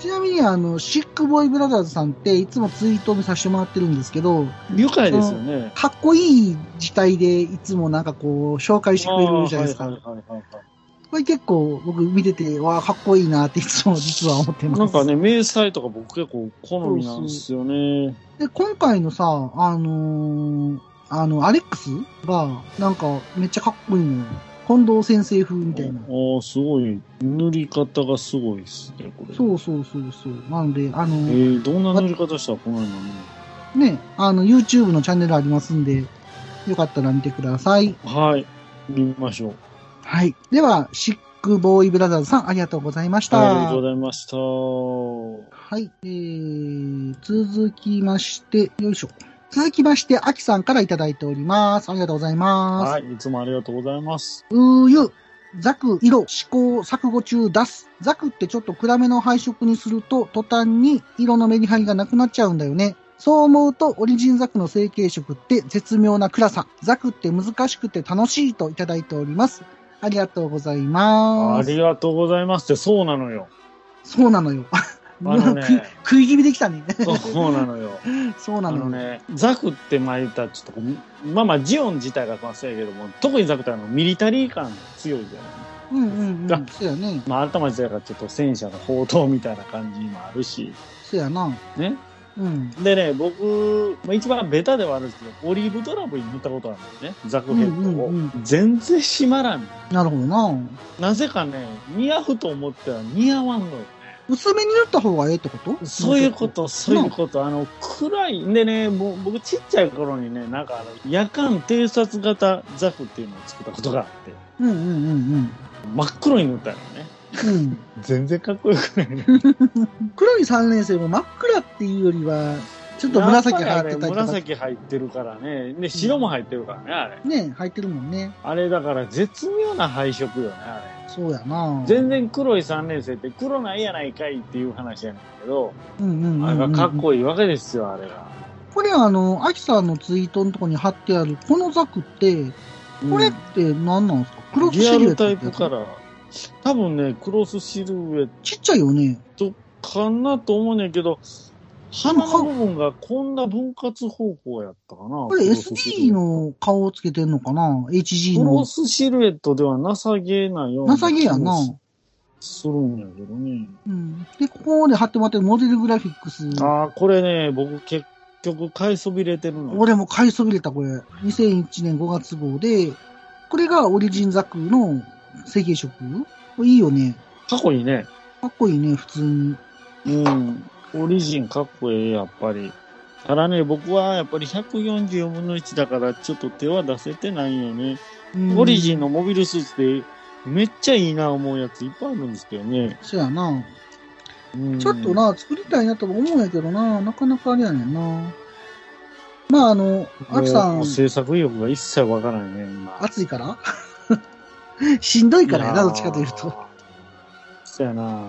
[SPEAKER 1] ちなみに、あの、シックボーイブラザーズさんって、いつもツイートにさせてもらってるんですけど、
[SPEAKER 2] と。愉快ですよね。
[SPEAKER 1] かっこいい字体で、いつもなんかこう、紹介してくれるじゃないですか。
[SPEAKER 2] あーはいはいはいはいはい
[SPEAKER 1] これ結構、僕見てて、わあ、かっこいいなって、いつも実は思ってます。
[SPEAKER 2] なんかね、迷彩とか僕結構好みなんですよね。
[SPEAKER 1] で、今回のさ、あのーあの、アレックスが、なんか、めっちゃかっこいいのよ。近藤先生風みたいな。
[SPEAKER 2] おおすごい。塗り方がすごいですね、これ。
[SPEAKER 1] そうそうそうそう。なんで、あの
[SPEAKER 2] え
[SPEAKER 1] ー
[SPEAKER 2] ー、どんな塗り方したらこのようなの
[SPEAKER 1] ね、あの、YouTube のチャンネルありますんで、よかったら見てください。
[SPEAKER 2] はい。見ましょう。
[SPEAKER 1] はい。では、シックボーイブラザーズさん、ありがとうございまし
[SPEAKER 2] あ
[SPEAKER 1] た。
[SPEAKER 2] りがとうございました。は
[SPEAKER 1] はい。えー、続きまして、よいしょ。続きまして、アキさんからいただいております。ありがとうございます。
[SPEAKER 2] い。いつもありがとうございます。
[SPEAKER 1] うーゆ、ザク、色、試行、錯誤中、出す。ザクってちょっと暗めの配色にすると、途端に色のメリハリがなくなっちゃうんだよね。そう思うと、オリジンザクの成形色って絶妙な暗さ。ザクって難しくて楽しいといただいております。ありがとうござい
[SPEAKER 2] あ
[SPEAKER 1] ます。
[SPEAKER 2] りがとうございますって、そうなのよ。
[SPEAKER 1] そうなのよ。
[SPEAKER 2] あのね
[SPEAKER 1] 食い食い気味できたね。
[SPEAKER 2] そうなのよ。
[SPEAKER 1] そうな
[SPEAKER 2] あ
[SPEAKER 1] のよ。
[SPEAKER 2] のね、ザクって前言ったらちょっとこう、まあまあ、ジオン自体がまあそうやけども、特にザクってあの、ミリタリー感強いじゃない
[SPEAKER 1] うんうんう
[SPEAKER 2] だ
[SPEAKER 1] ん。そうやね。
[SPEAKER 2] まあ、頭自体がちょっと戦車の砲塔みたいな感じもあるし、
[SPEAKER 1] そうやな。
[SPEAKER 2] ね。
[SPEAKER 1] うん。
[SPEAKER 2] でね、僕、まあ、一番ベタではあるんですけど、オリーブドラブに塗ったことあるんですね、ザクヘッドを。
[SPEAKER 1] うんうんう
[SPEAKER 2] 全然締まらん。
[SPEAKER 1] なるほどな。
[SPEAKER 2] なぜかね、似合うと思ったら似合わんのよ。
[SPEAKER 1] 薄めに塗った方がええってこと
[SPEAKER 2] そういうこ。と、そういうこと。あの、暗い。でね、もう僕ちっちゃい頃にね、なんかあの、夜間偵察型ザクっていうのを作ったことがあって、
[SPEAKER 1] うんうんうん
[SPEAKER 2] 真っ黒に塗ったのね。
[SPEAKER 1] うん。うん。
[SPEAKER 2] 全然かっこよくないね。
[SPEAKER 1] 黒い3年生も真っ暗っていうよりは、ちょっと紫入ってたりと
[SPEAKER 2] やっぱりあれ
[SPEAKER 1] か。
[SPEAKER 2] 紫入ってるからね。で、白も入ってるからね、あれ。
[SPEAKER 1] ね、入ってるもんね。
[SPEAKER 2] あれだから絶妙な配色よね、あれ。
[SPEAKER 1] そうやな
[SPEAKER 2] 全然黒い3年生って黒ないやないかいっていう話やねんけど、
[SPEAKER 1] うんうんうんうん
[SPEAKER 2] あれがかっこいいわけですよ、あれが。
[SPEAKER 1] これあの、アキさんのツイートのとこに貼ってある、このザクって、これって何なんですか、クロスシ
[SPEAKER 2] リア
[SPEAKER 1] ルエッ
[SPEAKER 2] ル
[SPEAKER 1] ト
[SPEAKER 2] タ
[SPEAKER 1] っ
[SPEAKER 2] イ
[SPEAKER 1] てや
[SPEAKER 2] プ
[SPEAKER 1] つ
[SPEAKER 2] カラー。多分ね、クロスシルエッ
[SPEAKER 1] ちっちゃいよね。
[SPEAKER 2] トかなと思うねんけど、鼻の部分がこんな分割方向やったかな。
[SPEAKER 1] これ SD の顔をつけてんのかな ?HG
[SPEAKER 2] クロ
[SPEAKER 1] の。
[SPEAKER 2] スシルエットでは情けないような。
[SPEAKER 1] 情けやな。。
[SPEAKER 2] するんやけどね。
[SPEAKER 1] うん。で、ここまで貼ってもらってるモデルグラフィックス。
[SPEAKER 2] ああ、これね、僕結局買いそびれてるの。
[SPEAKER 1] 俺も買いそびれた、これ。2001年5月号で、これがオリジンザクの成形色これいいよね。
[SPEAKER 2] 過去にね。
[SPEAKER 1] かっこいいね、普通に。
[SPEAKER 2] うん。オリジンかっこええ、やっぱり。ただね、僕はやっぱり144分の1だからちょっと手は出せてないよね。
[SPEAKER 1] うん
[SPEAKER 2] オリジンのモビルスーツでめっちゃいいな思うやついっぱいあるんですけどね。
[SPEAKER 1] そうやな。
[SPEAKER 2] うん
[SPEAKER 1] ちょっと。な、作りたいなとも思うんやけどな、なかなかあれやねんな。まあ、あの、アキさ
[SPEAKER 2] も
[SPEAKER 1] ん
[SPEAKER 2] う、制作意欲が一切わからないね、今。
[SPEAKER 1] 暑いから しんどい
[SPEAKER 2] い
[SPEAKER 1] からやな、
[SPEAKER 2] やー
[SPEAKER 1] どっちかというと。。
[SPEAKER 2] そうやな。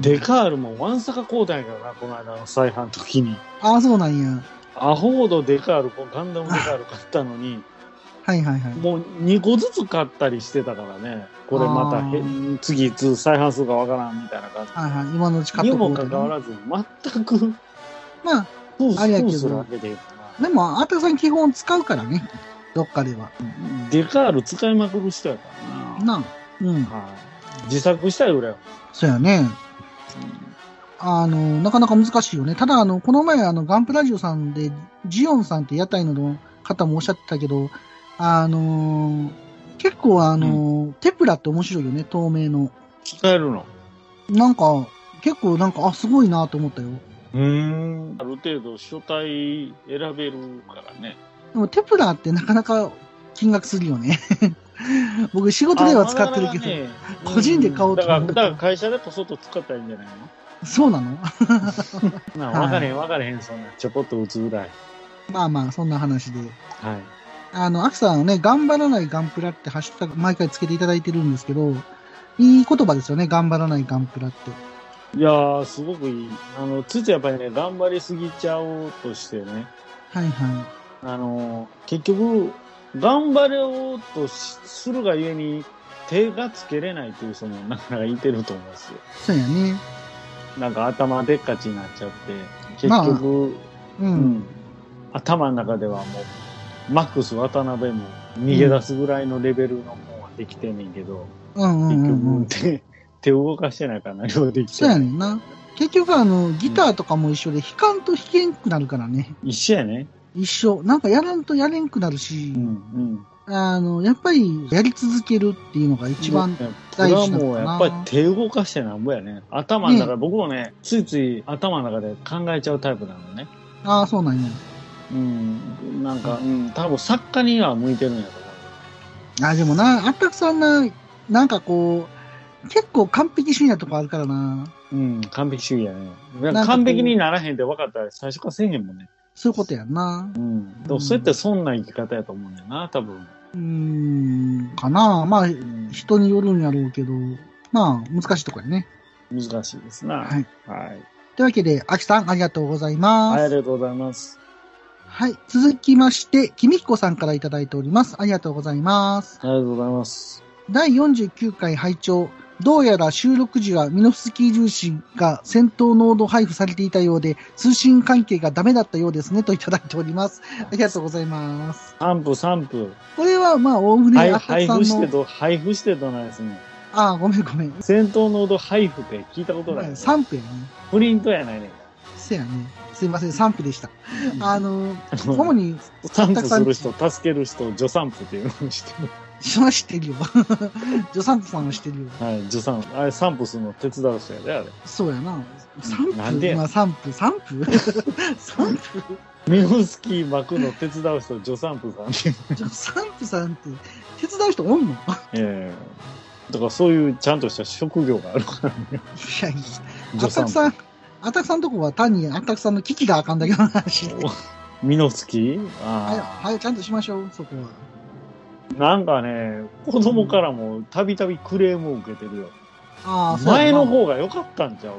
[SPEAKER 2] デカールもワンサカ交代だな、この間の再販の時に。
[SPEAKER 1] ああ、そうなんや。
[SPEAKER 2] アホほどデカール、こうガンダムデカール買ったのに、
[SPEAKER 1] はいはいはい。
[SPEAKER 2] もう2個ずつ買ったりしてたからね。これまたへ
[SPEAKER 1] あ
[SPEAKER 2] 次いつ再販数がわからんみたいな感じ。
[SPEAKER 1] はいはい、今のうち買っと
[SPEAKER 2] に
[SPEAKER 1] こ
[SPEAKER 2] も
[SPEAKER 1] う
[SPEAKER 2] か
[SPEAKER 1] とね
[SPEAKER 2] かわらず、全く、フ
[SPEAKER 1] まあ、
[SPEAKER 2] ース
[SPEAKER 1] あれやけど
[SPEAKER 2] するわけで。
[SPEAKER 1] でも、あたさん基本使うからね。どっかでは。
[SPEAKER 2] デカール使いまくる人やから
[SPEAKER 1] な
[SPEAKER 2] な。
[SPEAKER 1] あ。うん。
[SPEAKER 2] はい。自作したいぐらいは。
[SPEAKER 1] そうやね。あの、なかなか難しいよね。ただ、あの、この前、あの、ガンプラジオさんで、ジオンさんって屋台の方もおっしゃってたけど、あのー結構あのーテプラって面白いよね、透明の。
[SPEAKER 2] 使えるの。
[SPEAKER 1] なんか、結構なんか、あ、すごいなと思ったよ。
[SPEAKER 2] うん。ある程度書体選べるからね。
[SPEAKER 1] でも、テプラってなかなか金額するよね。 僕、仕事では使ってるけど、
[SPEAKER 2] あまあまあね
[SPEAKER 1] 個人で買おうと
[SPEAKER 2] だから、
[SPEAKER 1] 思う
[SPEAKER 2] だから会社でこそっと使ったらいいんじゃない
[SPEAKER 1] そうなの
[SPEAKER 2] のな
[SPEAKER 1] はい
[SPEAKER 2] 分かれへん分かれへん、そんな。ちょこっと打つぐらい。
[SPEAKER 1] まあまあ、そんな話で。
[SPEAKER 2] はい。
[SPEAKER 1] あの、アキさんはね、頑張らないガンプラってハッシュタグ毎回つけていただいてるんですけど、いい言葉ですよね、頑張らないガンプラって。
[SPEAKER 2] いやー、すごくいい。あの、ついついやっぱりね、頑張りすぎちゃおうとしてね。
[SPEAKER 1] はいは
[SPEAKER 2] あの、結局、頑張ろうとしするがゆえに、手がつけれないという人もなかなかいてると思うんですよ。
[SPEAKER 1] い。そうやね。
[SPEAKER 2] なんか頭でっかちになっちゃって、結
[SPEAKER 1] まあ
[SPEAKER 2] 局、
[SPEAKER 1] うん。
[SPEAKER 2] うん、頭の中ではもう、マックス渡辺も逃げ出すぐらいのレベルのもんはできてんねんけど、
[SPEAKER 1] うんうんうんうん。
[SPEAKER 2] 結局、手、手動かしてないから何もできて
[SPEAKER 1] そう
[SPEAKER 2] な
[SPEAKER 1] や
[SPEAKER 2] い。
[SPEAKER 1] ねんな。結局あの、ギターとかも一緒で、弾かんと弾けんくなるからね。
[SPEAKER 2] 一緒やね。
[SPEAKER 1] 一緒。なんかやらんとやれんくなるし
[SPEAKER 2] う、んうん。
[SPEAKER 1] あの、やっぱりやり続けるっていうのが一番、
[SPEAKER 2] これはもう
[SPEAKER 1] 大事な
[SPEAKER 2] や
[SPEAKER 1] の
[SPEAKER 2] っ
[SPEAKER 1] かな
[SPEAKER 2] ぱり手動かしてなんぼやね。頭の中、僕もね、ついつい頭の中で考えちゃうタイプなのね。
[SPEAKER 1] ああ、そうなんや。
[SPEAKER 2] うん。なんか、うん、多分作家には向いてるんやと思う。
[SPEAKER 1] あ、でもな、あったくさんな、なんかこう、結構完璧主義なとこあるからな。
[SPEAKER 2] うん、完璧主義やね。
[SPEAKER 1] んかこう
[SPEAKER 2] 完璧にならへんって分かったら最初からせえへんもんね。
[SPEAKER 1] そういうことやんな。
[SPEAKER 2] うん。でもそうやって損な生き方やと思うんだよな、多分。
[SPEAKER 1] うーん、かな。まあ、
[SPEAKER 2] うん、
[SPEAKER 1] 人によるんやろうけど、まあ、難しいとこやね。
[SPEAKER 2] 難しいですな。
[SPEAKER 1] はい。
[SPEAKER 2] はい。
[SPEAKER 1] というわけで、アキさん、ありがとうございま
[SPEAKER 2] はい、あり
[SPEAKER 1] す。
[SPEAKER 2] がとうございます。
[SPEAKER 1] はい。続きまして、君彦さんからいただいております。ありがとうございます。
[SPEAKER 2] ありがとうございます。
[SPEAKER 1] 第49回拝聴どうやら収録時はミノフスキー粒子が戦闘濃度配布されていたようで、通信関係がダメだったようですね、といただいております。ありがとうございます。
[SPEAKER 2] 散布散布。
[SPEAKER 1] これは、まあ、おおむね、
[SPEAKER 2] はい
[SPEAKER 1] あったく
[SPEAKER 2] 配
[SPEAKER 1] さん
[SPEAKER 2] 布して
[SPEAKER 1] の、
[SPEAKER 2] と、配布してとないですね。
[SPEAKER 1] ああ、ごめんごめん。
[SPEAKER 2] 戦闘濃度配布って聞いたことない、ね。
[SPEAKER 1] 散布やね。
[SPEAKER 2] プリントやないね。
[SPEAKER 1] せやね。すいません、散布でした。あの、主
[SPEAKER 2] 散
[SPEAKER 1] に、
[SPEAKER 2] 布する人、助ける人、助散布っていうのをしてる。
[SPEAKER 1] そは知ってるよ。 助産婦さんは知ってるよ。
[SPEAKER 2] はい、助散布。あれ、散布するの手伝う人やで、あれ。
[SPEAKER 1] そうやな。散
[SPEAKER 2] なんで
[SPEAKER 1] 布
[SPEAKER 2] や
[SPEAKER 1] まあ散布散 布散布
[SPEAKER 2] ミノスキー巻くの手伝う人、助散布さん っていう。
[SPEAKER 1] 助産婦さんって手伝う人おんの い
[SPEAKER 2] ええだからそういうちゃんとした職業があるからね。
[SPEAKER 1] やいや。あ
[SPEAKER 2] 助
[SPEAKER 1] たく
[SPEAKER 2] 産婦
[SPEAKER 1] さん、あたくさんとこは単にあたくさんの危機があかんだけの話で。
[SPEAKER 2] ミノスキー
[SPEAKER 1] はい、
[SPEAKER 2] ああ
[SPEAKER 1] はい、ちゃんとしましょう、そこは。
[SPEAKER 2] なんかね、子供からもたびたびクレームを受けてるよ。
[SPEAKER 1] ああ、そうや
[SPEAKER 2] 前
[SPEAKER 1] な
[SPEAKER 2] の。方が良かったんちゃう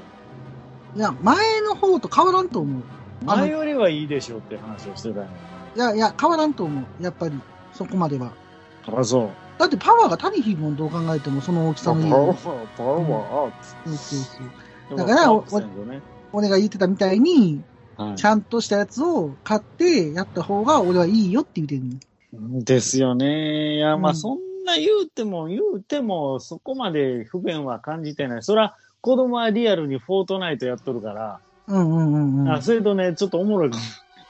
[SPEAKER 1] いや、前の方と変わらんと思う。あの
[SPEAKER 2] 前よりはいいでしょうって話をしてたよ。
[SPEAKER 1] いやいや、変わらんと思う。やっぱり、そこまでは。
[SPEAKER 2] あ、そう。
[SPEAKER 1] だってパワーが足りひんもん、どう考えても、その大き
[SPEAKER 2] パ
[SPEAKER 1] さ
[SPEAKER 2] ワ
[SPEAKER 1] の
[SPEAKER 2] ー
[SPEAKER 1] 家、
[SPEAKER 2] パワーアッ
[SPEAKER 1] そうそうそう。
[SPEAKER 2] プ。
[SPEAKER 1] だから
[SPEAKER 2] でもパワーアップせんとね
[SPEAKER 1] 俺が言ってたみたいに、
[SPEAKER 2] は
[SPEAKER 1] ちゃんとしたやつを買ってやった方が俺はいいよって言うてんの。
[SPEAKER 2] い。ですよね。いや、ま
[SPEAKER 1] う
[SPEAKER 2] あ、
[SPEAKER 1] ん
[SPEAKER 2] そんな言うても、言うても、そこまで不便は感じてない。そら、子供はリアルにフォートナイトやっとるから、
[SPEAKER 1] うんうんうんうん
[SPEAKER 2] あ、。それとね、ちょっとおもろいこ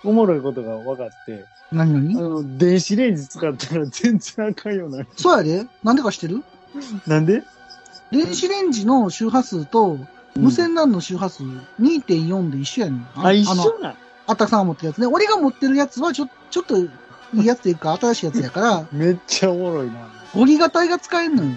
[SPEAKER 2] と、おもろいことが分かって、
[SPEAKER 1] 何
[SPEAKER 2] あ
[SPEAKER 1] 何
[SPEAKER 2] の、電子レンジ使ったら全然あかんようになる。
[SPEAKER 1] そうやでなんでか知ってる
[SPEAKER 2] なんで
[SPEAKER 1] 電子レンジの周波数と無線 LAN の周波数2.4で一緒やねん。
[SPEAKER 2] あ、一
[SPEAKER 1] の
[SPEAKER 2] 緒なん
[SPEAKER 1] あったくさんが持ってるやつね。俺が持ってるやつはちょ、ちょっといいやつというか新しいやつやから、
[SPEAKER 2] めっちゃおもろいな。
[SPEAKER 1] 5ギガ帯が使えんのよ。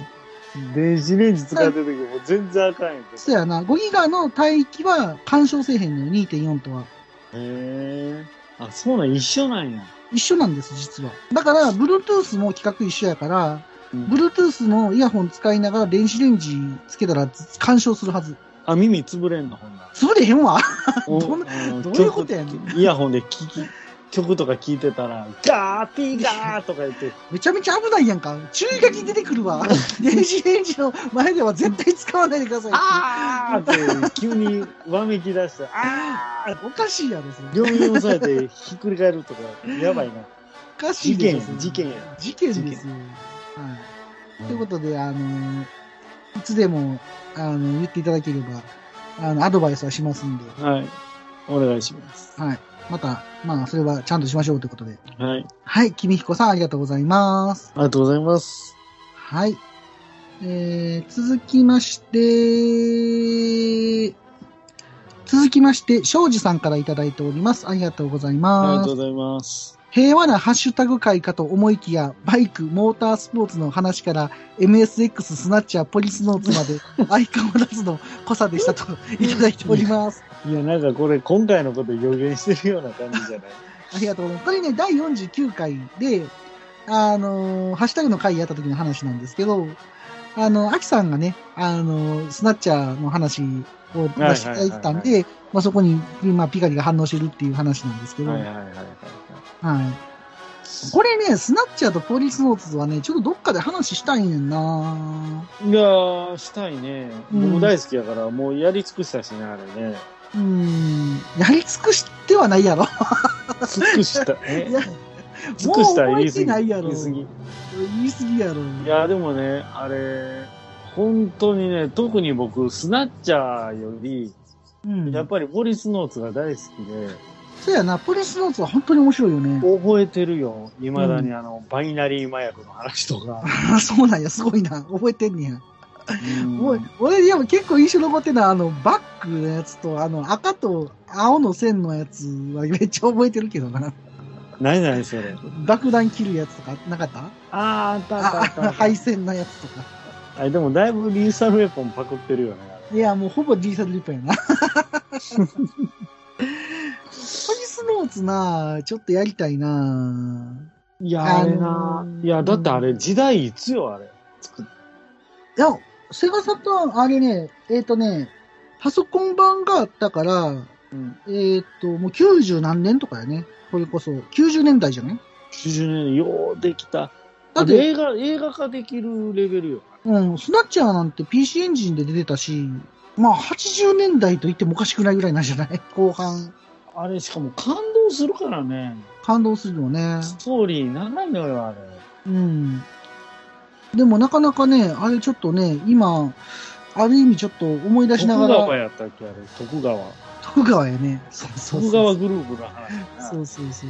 [SPEAKER 2] 電子レンジ使ってる時もう全然あかんやんけど。
[SPEAKER 1] そうやな。5ギガの帯域は干渉せえへんのよ、2.4とは。
[SPEAKER 2] へえ。あ、そうなん、一緒なんや。
[SPEAKER 1] 一緒なんです、実は。だから、Bluetooth も規格一緒やから、
[SPEAKER 2] うん
[SPEAKER 1] Bluetooth のイヤホン使いながら電子レンジつけたら干渉するはず。
[SPEAKER 2] あ、耳潰れんの、ほんなら
[SPEAKER 1] 潰れへんわ。
[SPEAKER 2] お
[SPEAKER 1] どん
[SPEAKER 2] あの
[SPEAKER 1] どういうことやねん
[SPEAKER 2] 曲イヤホンで聞き、曲とか聞いてたら、ガーピーガーとか言って、
[SPEAKER 1] めちゃめちゃ危ないやんか。注意書き出てくるわ。電子レンジの前では絶対使わないでください。
[SPEAKER 2] あーって急にわめき出して、あー
[SPEAKER 1] おかしいやろ、それ。
[SPEAKER 2] 両耳押さえてひっくり返るとか、やばいな。
[SPEAKER 1] おかしいでしょ
[SPEAKER 2] 事件や事件や
[SPEAKER 1] 事件ですよ。はい。ということで、あのーいつでも、あの、言っていただければ、あの、アドバイスはしますんで、
[SPEAKER 2] はい。お願いします。
[SPEAKER 1] はい。また、まあ、それはちゃんとしましょうということで。
[SPEAKER 2] はい。
[SPEAKER 1] はい。君彦さん、ありがとうございます。
[SPEAKER 2] ありがとうございます。
[SPEAKER 1] はい。えー、続きまして、続きまして、庄司さんからいただいております。ありがとうござい
[SPEAKER 2] あり
[SPEAKER 1] ま
[SPEAKER 2] が
[SPEAKER 1] す
[SPEAKER 2] とう。ございます。
[SPEAKER 1] 平和なハッシュタグ会かと思いきや、バイク、モータースポーツの話から、MSX、スナッチャー、ポリスノーツまで、相変わらずの濃さでした といただいております。
[SPEAKER 2] いや、なんかこれ、今回のこと予言してるような感じじゃない
[SPEAKER 1] ありがとうございます。これね、第49回で、あのーハッシュタグの会やった時の話なんですけど、あの、アキさんがね、あのースナッチャーの話を出していただいてたん
[SPEAKER 2] は
[SPEAKER 1] で、まあそこに、まあ、ピカリが反応してるっていう話なんですけど、
[SPEAKER 2] はいはいはいはいはい。
[SPEAKER 1] はい。これね、スナッチャーとポリスノーツはね、ちょっとどっかで話したいねんない
[SPEAKER 2] やー、したいね。
[SPEAKER 1] うん
[SPEAKER 2] 僕大好きやから、もうやり尽くしたしね、あれね。
[SPEAKER 1] うーん、やり尽くしてはないやろ。
[SPEAKER 2] 尽くした。え
[SPEAKER 1] いや
[SPEAKER 2] 尽くした
[SPEAKER 1] もう覚
[SPEAKER 2] 言
[SPEAKER 1] え
[SPEAKER 2] い過
[SPEAKER 1] て
[SPEAKER 2] ぎ。
[SPEAKER 1] ないやろ
[SPEAKER 2] 言い過ぎ。い
[SPEAKER 1] 言い過ぎやろ。
[SPEAKER 2] や、でもね、あれ、本当にね、特に僕、スナッチャーより、
[SPEAKER 1] うん。
[SPEAKER 2] やっぱりボリスノーツが大好きで、
[SPEAKER 1] そうやな、ポリスノーツは本当に面白いよね。
[SPEAKER 2] 覚えてるよ。未だにあの、バイナリー麻薬の話とか。
[SPEAKER 1] ああ、 そうなんや、すごいな。覚えてんねや。
[SPEAKER 2] う
[SPEAKER 1] おい
[SPEAKER 2] ん
[SPEAKER 1] 俺、でも結構印象残ってるのは、あの、バックのやつと、あの、赤と青の線のやつはめっちゃ覚えてるけどな。
[SPEAKER 2] 何何それ。
[SPEAKER 1] 爆弾切るやつとか、なかった
[SPEAKER 2] あー、あったあった
[SPEAKER 1] あ
[SPEAKER 2] あ った。
[SPEAKER 1] 配線のやつとか。
[SPEAKER 2] あでもだいぶリーサルウェポンパクってるよね。あれ
[SPEAKER 1] いや、もうほぼ G サルリップや な。ポリスノーツなちょっとやりたいない
[SPEAKER 2] や、
[SPEAKER 1] あ
[SPEAKER 2] あ
[SPEAKER 1] のー
[SPEAKER 2] れな。いや、だってあれ、時代いつよ、あれ。作っ
[SPEAKER 1] いや、セガサターン、あれね、えっ、とね、パソコン版があったから、えっ、と、もう90何年とかやね。これこそ、90年代じゃない
[SPEAKER 2] 90年ようできた。
[SPEAKER 1] だ
[SPEAKER 2] だ
[SPEAKER 1] っ
[SPEAKER 2] って
[SPEAKER 1] て、
[SPEAKER 2] 映画、映画化できるレベルよ。
[SPEAKER 1] うん、スナッチャーなんて PC エンジンで出てたし、まあ80年代と言ってもおかしくないぐらいなんじゃない 後半、
[SPEAKER 2] あれ、しかも感動するからね。
[SPEAKER 1] 感動するよね。
[SPEAKER 2] ストーリー長いのよ、あれ。
[SPEAKER 1] うん。でもなかなかね、あれちょっとね、今、ある意味ちょっと思い出し
[SPEAKER 2] 徳
[SPEAKER 1] ながら、
[SPEAKER 2] 川やったっけ、あれ。徳川。
[SPEAKER 1] 徳川やね。そうそうそう
[SPEAKER 2] 徳川グループの話やな。
[SPEAKER 1] そうそうそ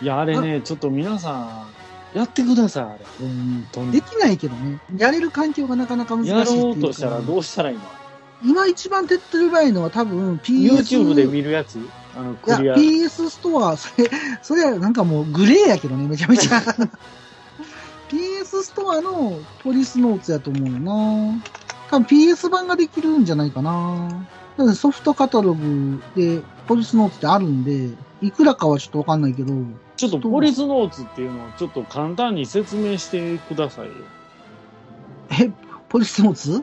[SPEAKER 1] う。
[SPEAKER 2] いや、あれね、ちょっと皆さん、やってください、あれ。本当
[SPEAKER 1] で
[SPEAKER 2] に。
[SPEAKER 1] きないけどね、やれる環境がなかなか難しい
[SPEAKER 2] や
[SPEAKER 1] っていうか
[SPEAKER 2] ろうとしたらどうしたらいいの
[SPEAKER 1] 今一番手っ取り早いのは多分 PS。
[SPEAKER 2] ?YouTube で見るやつあの、
[SPEAKER 1] いや、
[SPEAKER 2] クリア。
[SPEAKER 1] PS ストア、それ、それはなんかもうグレーやけどね、めちゃめちゃ。PS ストアのポリスノーツやと思うよな。多分 PS 版ができるんじゃないかな。だってソフトカタログでポリスノーツってあるんで、いくらかはちょっとわかんないけど、
[SPEAKER 2] ちょっとポリスノーツっていうのをちょっと簡単に説明してくださいよ。
[SPEAKER 1] え、ポリスノーツ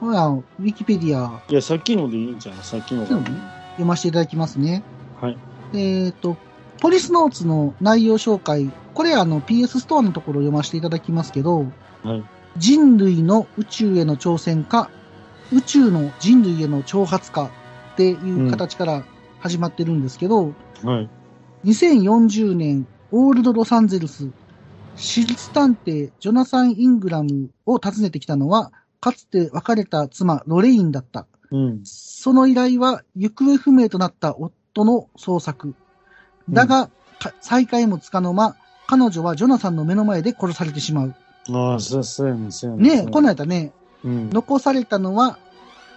[SPEAKER 1] ほら、ウィキペディア
[SPEAKER 2] いや、さっきのでいいんじゃないさっきのが
[SPEAKER 1] さっきの読ませていただきますね。
[SPEAKER 2] はい。
[SPEAKER 1] えっ、と、ポリスノーツの内容紹介、これあの PS ストアのところ読ませていただきますけど、
[SPEAKER 2] はい
[SPEAKER 1] 人類の宇宙への挑戦か、宇宙の人類への挑発かっていう形から、始まってるんですけど、
[SPEAKER 2] はい。
[SPEAKER 1] 2040年、オールドロサンゼルス、私立探偵、ジョナサン・イングラムを訪ねてきたのは、かつて別れた妻、ロレインだった。
[SPEAKER 2] うん。
[SPEAKER 1] その依頼は、行方不明となった夫の捜索。だが、か再会もつかの間、彼女はジョナサンの目の前で殺されてしまう。
[SPEAKER 2] ああ、そうそうやねん、そうや
[SPEAKER 1] ねえ、こ
[SPEAKER 2] ない。
[SPEAKER 1] の間ね、
[SPEAKER 2] うん。
[SPEAKER 1] 残されたのは、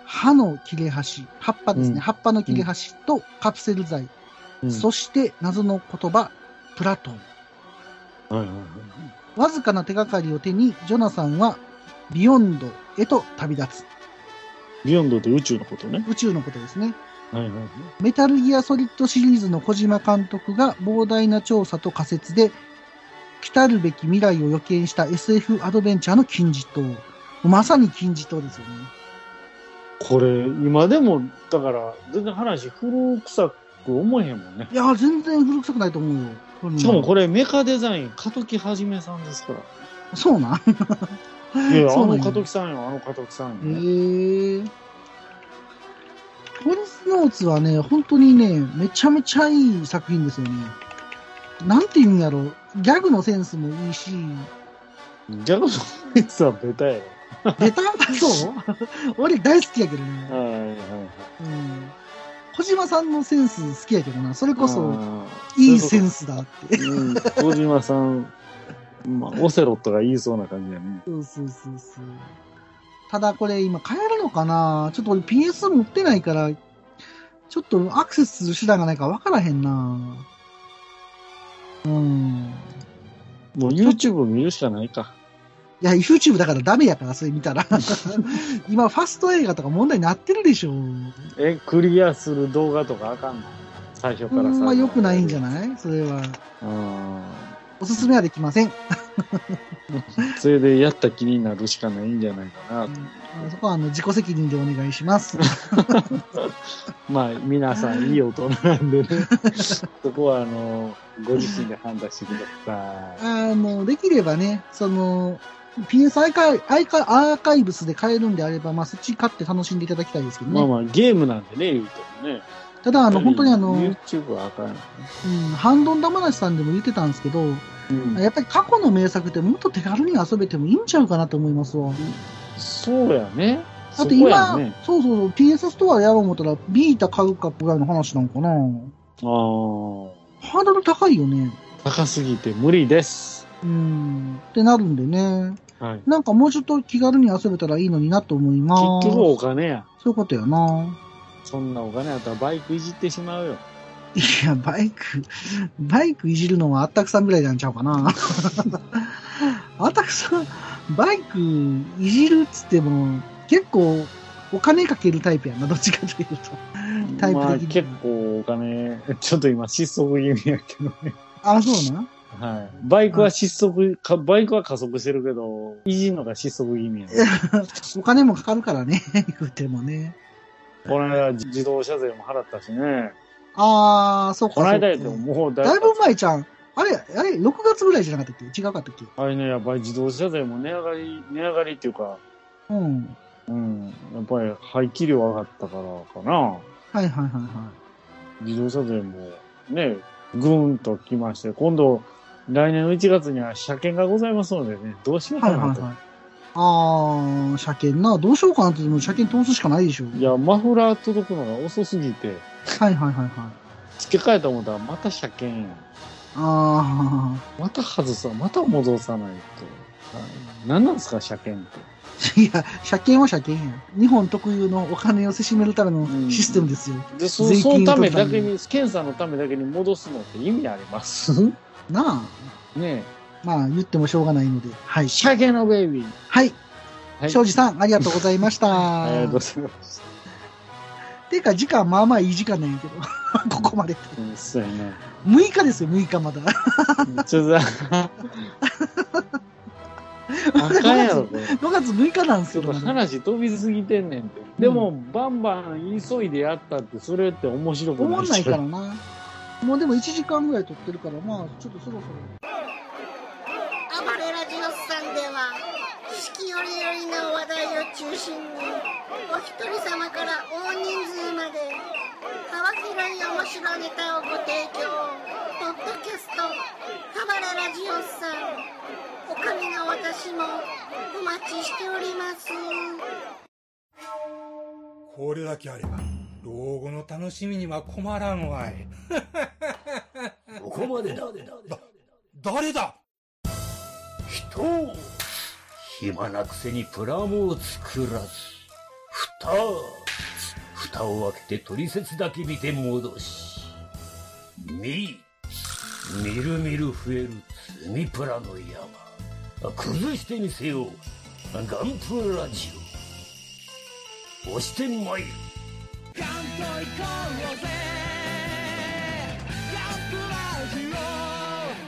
[SPEAKER 1] 歯の切れ端、葉っぱですね、
[SPEAKER 2] うん
[SPEAKER 1] 葉っぱの切れ端とカプセル剤、
[SPEAKER 2] うん
[SPEAKER 1] そして謎の言葉、プラトン。
[SPEAKER 2] はいはいはい
[SPEAKER 1] わずかな手がかりを手に、ジョナサンはビヨンドへと旅立つ。
[SPEAKER 2] ビヨンドって宇宙のことね。
[SPEAKER 1] 宇宙のことですね。
[SPEAKER 2] はいはいはい。
[SPEAKER 1] メタルギアソリッドシリーズの小島監督が膨大な調査と仮説で、来たるべき未来を予見した SF アドベンチャーの金字塔。まさに金字塔ですよね。
[SPEAKER 2] これ、今でも、だから、全然話古臭く思えへんもんね。
[SPEAKER 1] いやー、全然古臭くないと思うよ。こんなん
[SPEAKER 2] しかもこれ、メカデザイン、加藤木はじめさんですから。
[SPEAKER 1] そうなん
[SPEAKER 2] いや、あ
[SPEAKER 1] そうな
[SPEAKER 2] の
[SPEAKER 1] んや
[SPEAKER 2] 加藤木さんよ、あの加藤木さん
[SPEAKER 1] へえ
[SPEAKER 2] よね。
[SPEAKER 1] ー。ホリスノーツはね、本当にね、めちゃめちゃいい作品ですよね。なんて言うんやろ。ギャグのセンスもいいし、
[SPEAKER 2] ギャグのやつはベタやろ。
[SPEAKER 1] ベタそう俺大好きやけどね。
[SPEAKER 2] はいはいはい。
[SPEAKER 1] うん。小島さんのセンス好きやけどな。それこそ、
[SPEAKER 2] あー
[SPEAKER 1] いいセン。
[SPEAKER 2] そ
[SPEAKER 1] スだって。
[SPEAKER 2] ういうことうん小島さん、まあ、オセロットが言いそうな感じやね。
[SPEAKER 1] そうそうそうそう。ただこれ今買えるのかなちょっと俺 PS 持ってないから、ちょっとアクセスする手段がないから分からへんなうん。
[SPEAKER 2] もう YouTube 見るしかないか。
[SPEAKER 1] いや、YouTube だからダメやから、それ見た ら。今、ファスト映画とか問題になってるでしょ。
[SPEAKER 2] え、クリアする動画とかあかんの最初
[SPEAKER 1] ほ
[SPEAKER 2] から
[SPEAKER 1] んま良くないんじゃ
[SPEAKER 2] い
[SPEAKER 1] ないそれは。
[SPEAKER 2] うん。
[SPEAKER 1] おすすめはできません。
[SPEAKER 2] それでやった気になるしかないんじゃないかなと。
[SPEAKER 1] そこはあの自己責任でお願いします。
[SPEAKER 2] まあ、皆さんいい大人なんでね。 そこは、あの、ご自身で判断してください。
[SPEAKER 1] あの、できればね、その、PS アーカイアーカイアーカイブスで買えるんであれば、まあ、そっち買って楽しんでいただきたいですけどね。
[SPEAKER 2] まあまあ、ゲームなんでね、言うてもね。
[SPEAKER 1] ただ、あの、本当にあの、うん、
[SPEAKER 2] YouTube はあかんよね。
[SPEAKER 1] ハンドン玉梨さんでも言ってたんですけど、
[SPEAKER 2] うん
[SPEAKER 1] やっぱり過去の名作ってもっと手軽に遊べてもいいんちゃうかなと思いますわ。
[SPEAKER 2] そうやね。
[SPEAKER 1] だ
[SPEAKER 2] そ
[SPEAKER 1] っ
[SPEAKER 2] こ
[SPEAKER 1] て今、
[SPEAKER 2] やね。
[SPEAKER 1] そうそうそう、PS ストアやろう思ったら、ビータ買うかぐらいの話なんかな。
[SPEAKER 2] あー
[SPEAKER 1] ハードル高いよね。
[SPEAKER 2] 高すぎて無理です。
[SPEAKER 1] うん。ってなるんでね。
[SPEAKER 2] はい。
[SPEAKER 1] なんかもうちょっと気軽に遊べたらいいのになと思います。
[SPEAKER 2] 結局お金や。
[SPEAKER 1] そういうことやな。
[SPEAKER 2] そんなお金あったらバイクいじってしまうよ。
[SPEAKER 1] いや、バイク、バイクいじるのはあったくさんぐらいなんちゃうかな。あったくさん、バイクいじるっつっても、結構お金かけるタイプやんな、どっちかというと。タイプ的に
[SPEAKER 2] まあ結構お金、ちょっと今失速気味やけどね。
[SPEAKER 1] あ、そうなん
[SPEAKER 2] はい。バイクは失速、かバイクは加速してるけど、いじるのが失速気味やね。
[SPEAKER 1] お金もかかるからね、 言うてもね。
[SPEAKER 2] この間自自動車税も払ったしね。
[SPEAKER 1] あー、そうか。
[SPEAKER 2] この間や
[SPEAKER 1] そ
[SPEAKER 2] で
[SPEAKER 1] うか
[SPEAKER 2] ももうだい
[SPEAKER 1] だい
[SPEAKER 2] ぶ
[SPEAKER 1] ぶ前ちゃん。あれ、あれ、6月ぐらいじゃなかったっけ違うかったっけ
[SPEAKER 2] あれね、やっぱり自動車税も値上がり、値上がりっていうか、
[SPEAKER 1] うん。
[SPEAKER 2] うん、やっぱり排気量上がったからかな。
[SPEAKER 1] はいはいはいは
[SPEAKER 2] 自動車税もね、ぐーんと来まして、今度、来年の1月には車検がございますのでね、どうしよう
[SPEAKER 1] い。は
[SPEAKER 2] か
[SPEAKER 1] いはい
[SPEAKER 2] なと。
[SPEAKER 1] はい。あー、車検な。どうしようかなって、もう車検通すしかないでしょ。
[SPEAKER 2] いや、マフラー届くのが遅すぎて、
[SPEAKER 1] はいはいはいはい。
[SPEAKER 2] 付け替えたもんだらまた車検やん。
[SPEAKER 1] あ
[SPEAKER 2] また外さ、また戻さないと。はい何なんですか、車検って。
[SPEAKER 1] あ、 いや、車検は車検や。日本特有のお金をせしめるための
[SPEAKER 2] うん
[SPEAKER 1] システムですよ。
[SPEAKER 2] で、そ
[SPEAKER 1] 税金
[SPEAKER 2] そのためだけ
[SPEAKER 1] と
[SPEAKER 2] に、検査のためだけに戻すのって意味あります ね
[SPEAKER 1] な
[SPEAKER 2] え。
[SPEAKER 1] あ、まあ言ってもしょうがないので。はい。
[SPEAKER 2] 車検のベイビー。
[SPEAKER 1] はい。
[SPEAKER 2] はい
[SPEAKER 1] 庄司さん、ありがとうございました。
[SPEAKER 2] ありがとうございます。
[SPEAKER 1] ていうか、時間、まあまあいい時間なんやけど。 ここまで。
[SPEAKER 2] うん、そうやね。
[SPEAKER 1] 6日ですよ、6日まだ。
[SPEAKER 2] ちょっとさ、あかんやろ、これ。
[SPEAKER 1] 5月6日なんです
[SPEAKER 2] ちょ
[SPEAKER 1] よ
[SPEAKER 2] っと。
[SPEAKER 1] まだ
[SPEAKER 2] 話飛びすぎてんねんて。でも、バンバン急いでやったって、それって面白く
[SPEAKER 1] 思
[SPEAKER 2] ない
[SPEAKER 1] んないからな。もうでも1時間ぐらい撮ってるから、まあ、ちょっとそろそろ。
[SPEAKER 7] 暴れラジオスさんでは四季折々の話題を中心にお一人様から大人数まで幅広い面白ネタをご提供ポッドキャスト「ハバレラジオスさん」おかみの私もお待ちしております
[SPEAKER 8] これだけあれば、老後の楽しみには困らんわい。
[SPEAKER 9] ここまでだ。
[SPEAKER 8] 誰だ
[SPEAKER 9] 人を暇なくせにプラモを作らず、蓋を、蓋を開けて取説だけ見て戻し、見、みるみる増える積みプラの山、崩してみせよう、ガンプラジオ、押してまいる。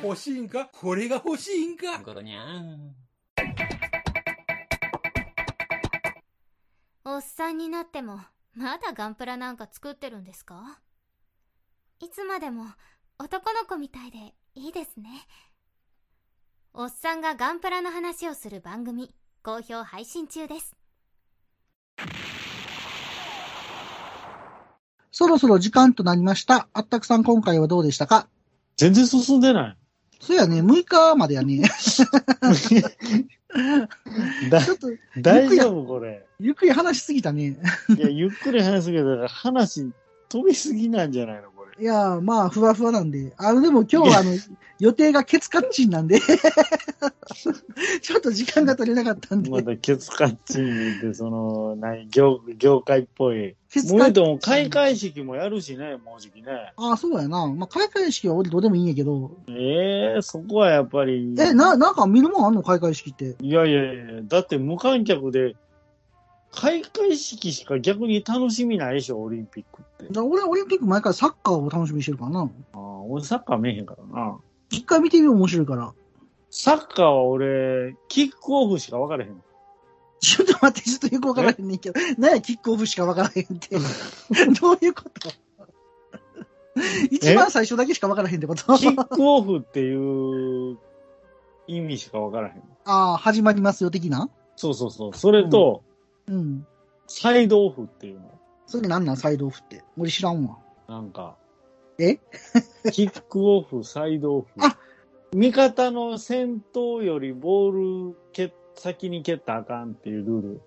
[SPEAKER 8] 欲しいんかこれが欲しいんか
[SPEAKER 9] ゴロニャン。
[SPEAKER 10] おっさんになっても、まだガンプラなんか作ってるんですかいつまでも、男の子みたいで、いいですね。おっさんがガンプラの話をする番組、好評配信中です。
[SPEAKER 1] そろそろ時間となりました。あったくさん今回はどうでしたか
[SPEAKER 2] 全然進んで な
[SPEAKER 1] そうやね、6日までやね。
[SPEAKER 2] い。だ
[SPEAKER 1] ちょっと、
[SPEAKER 2] 大丈夫これ。
[SPEAKER 1] ゆっくり話しすぎたね。
[SPEAKER 2] いや、ゆっくり話すけど、話飛びすぎなんじゃないのこれ。
[SPEAKER 1] いやー、まあ、ふわふわなんで。あの、でも今日は、あ の、予定がケツカッチンなんで。 ちょっと時間が取れなかったんで。
[SPEAKER 2] またケツカッチンって、その、何、業、業界っぽい。
[SPEAKER 1] ケツカ
[SPEAKER 2] もう
[SPEAKER 1] ッチ
[SPEAKER 2] で
[SPEAKER 1] ン
[SPEAKER 2] も開会式もやるしね、もうじきね。
[SPEAKER 1] ああ、そうやな。まあ、開会式は俺どうでもいいんやけど。
[SPEAKER 2] ええそこはやっぱり。
[SPEAKER 1] え、な、なんか見るもんあんの開会式って。
[SPEAKER 2] いやいやいや、だって無観客で、開会式しか逆に楽しみないでしょ、オリンピックって。
[SPEAKER 1] だ俺、オリンピック毎回サッカーを楽しみにしてるからな。
[SPEAKER 2] ああ俺サッカー見えへんからな。
[SPEAKER 1] 一回見てみよう、面白いから。
[SPEAKER 2] サッカーは俺、キックオフしか分からへ ん。
[SPEAKER 1] ちょっと待って、ちょっとよくわからへんねんけど。なんや、キックオフしかわからへんっ て。どういうこと一番最初だけしかわからへんってこと
[SPEAKER 2] キックオフっていう意味しか分からへん。
[SPEAKER 1] ああ、始まりますよ、的な
[SPEAKER 2] そうそうそう。それと、
[SPEAKER 1] うん。
[SPEAKER 2] サイドオフっていうの。
[SPEAKER 1] それなんなん、サイドオフって。俺知らんわ。
[SPEAKER 2] なんか。
[SPEAKER 1] え
[SPEAKER 2] キックオフ、サイドオフ。
[SPEAKER 1] あ
[SPEAKER 2] 味方の先頭よりボール蹴先に蹴ったらあかんっていうルール。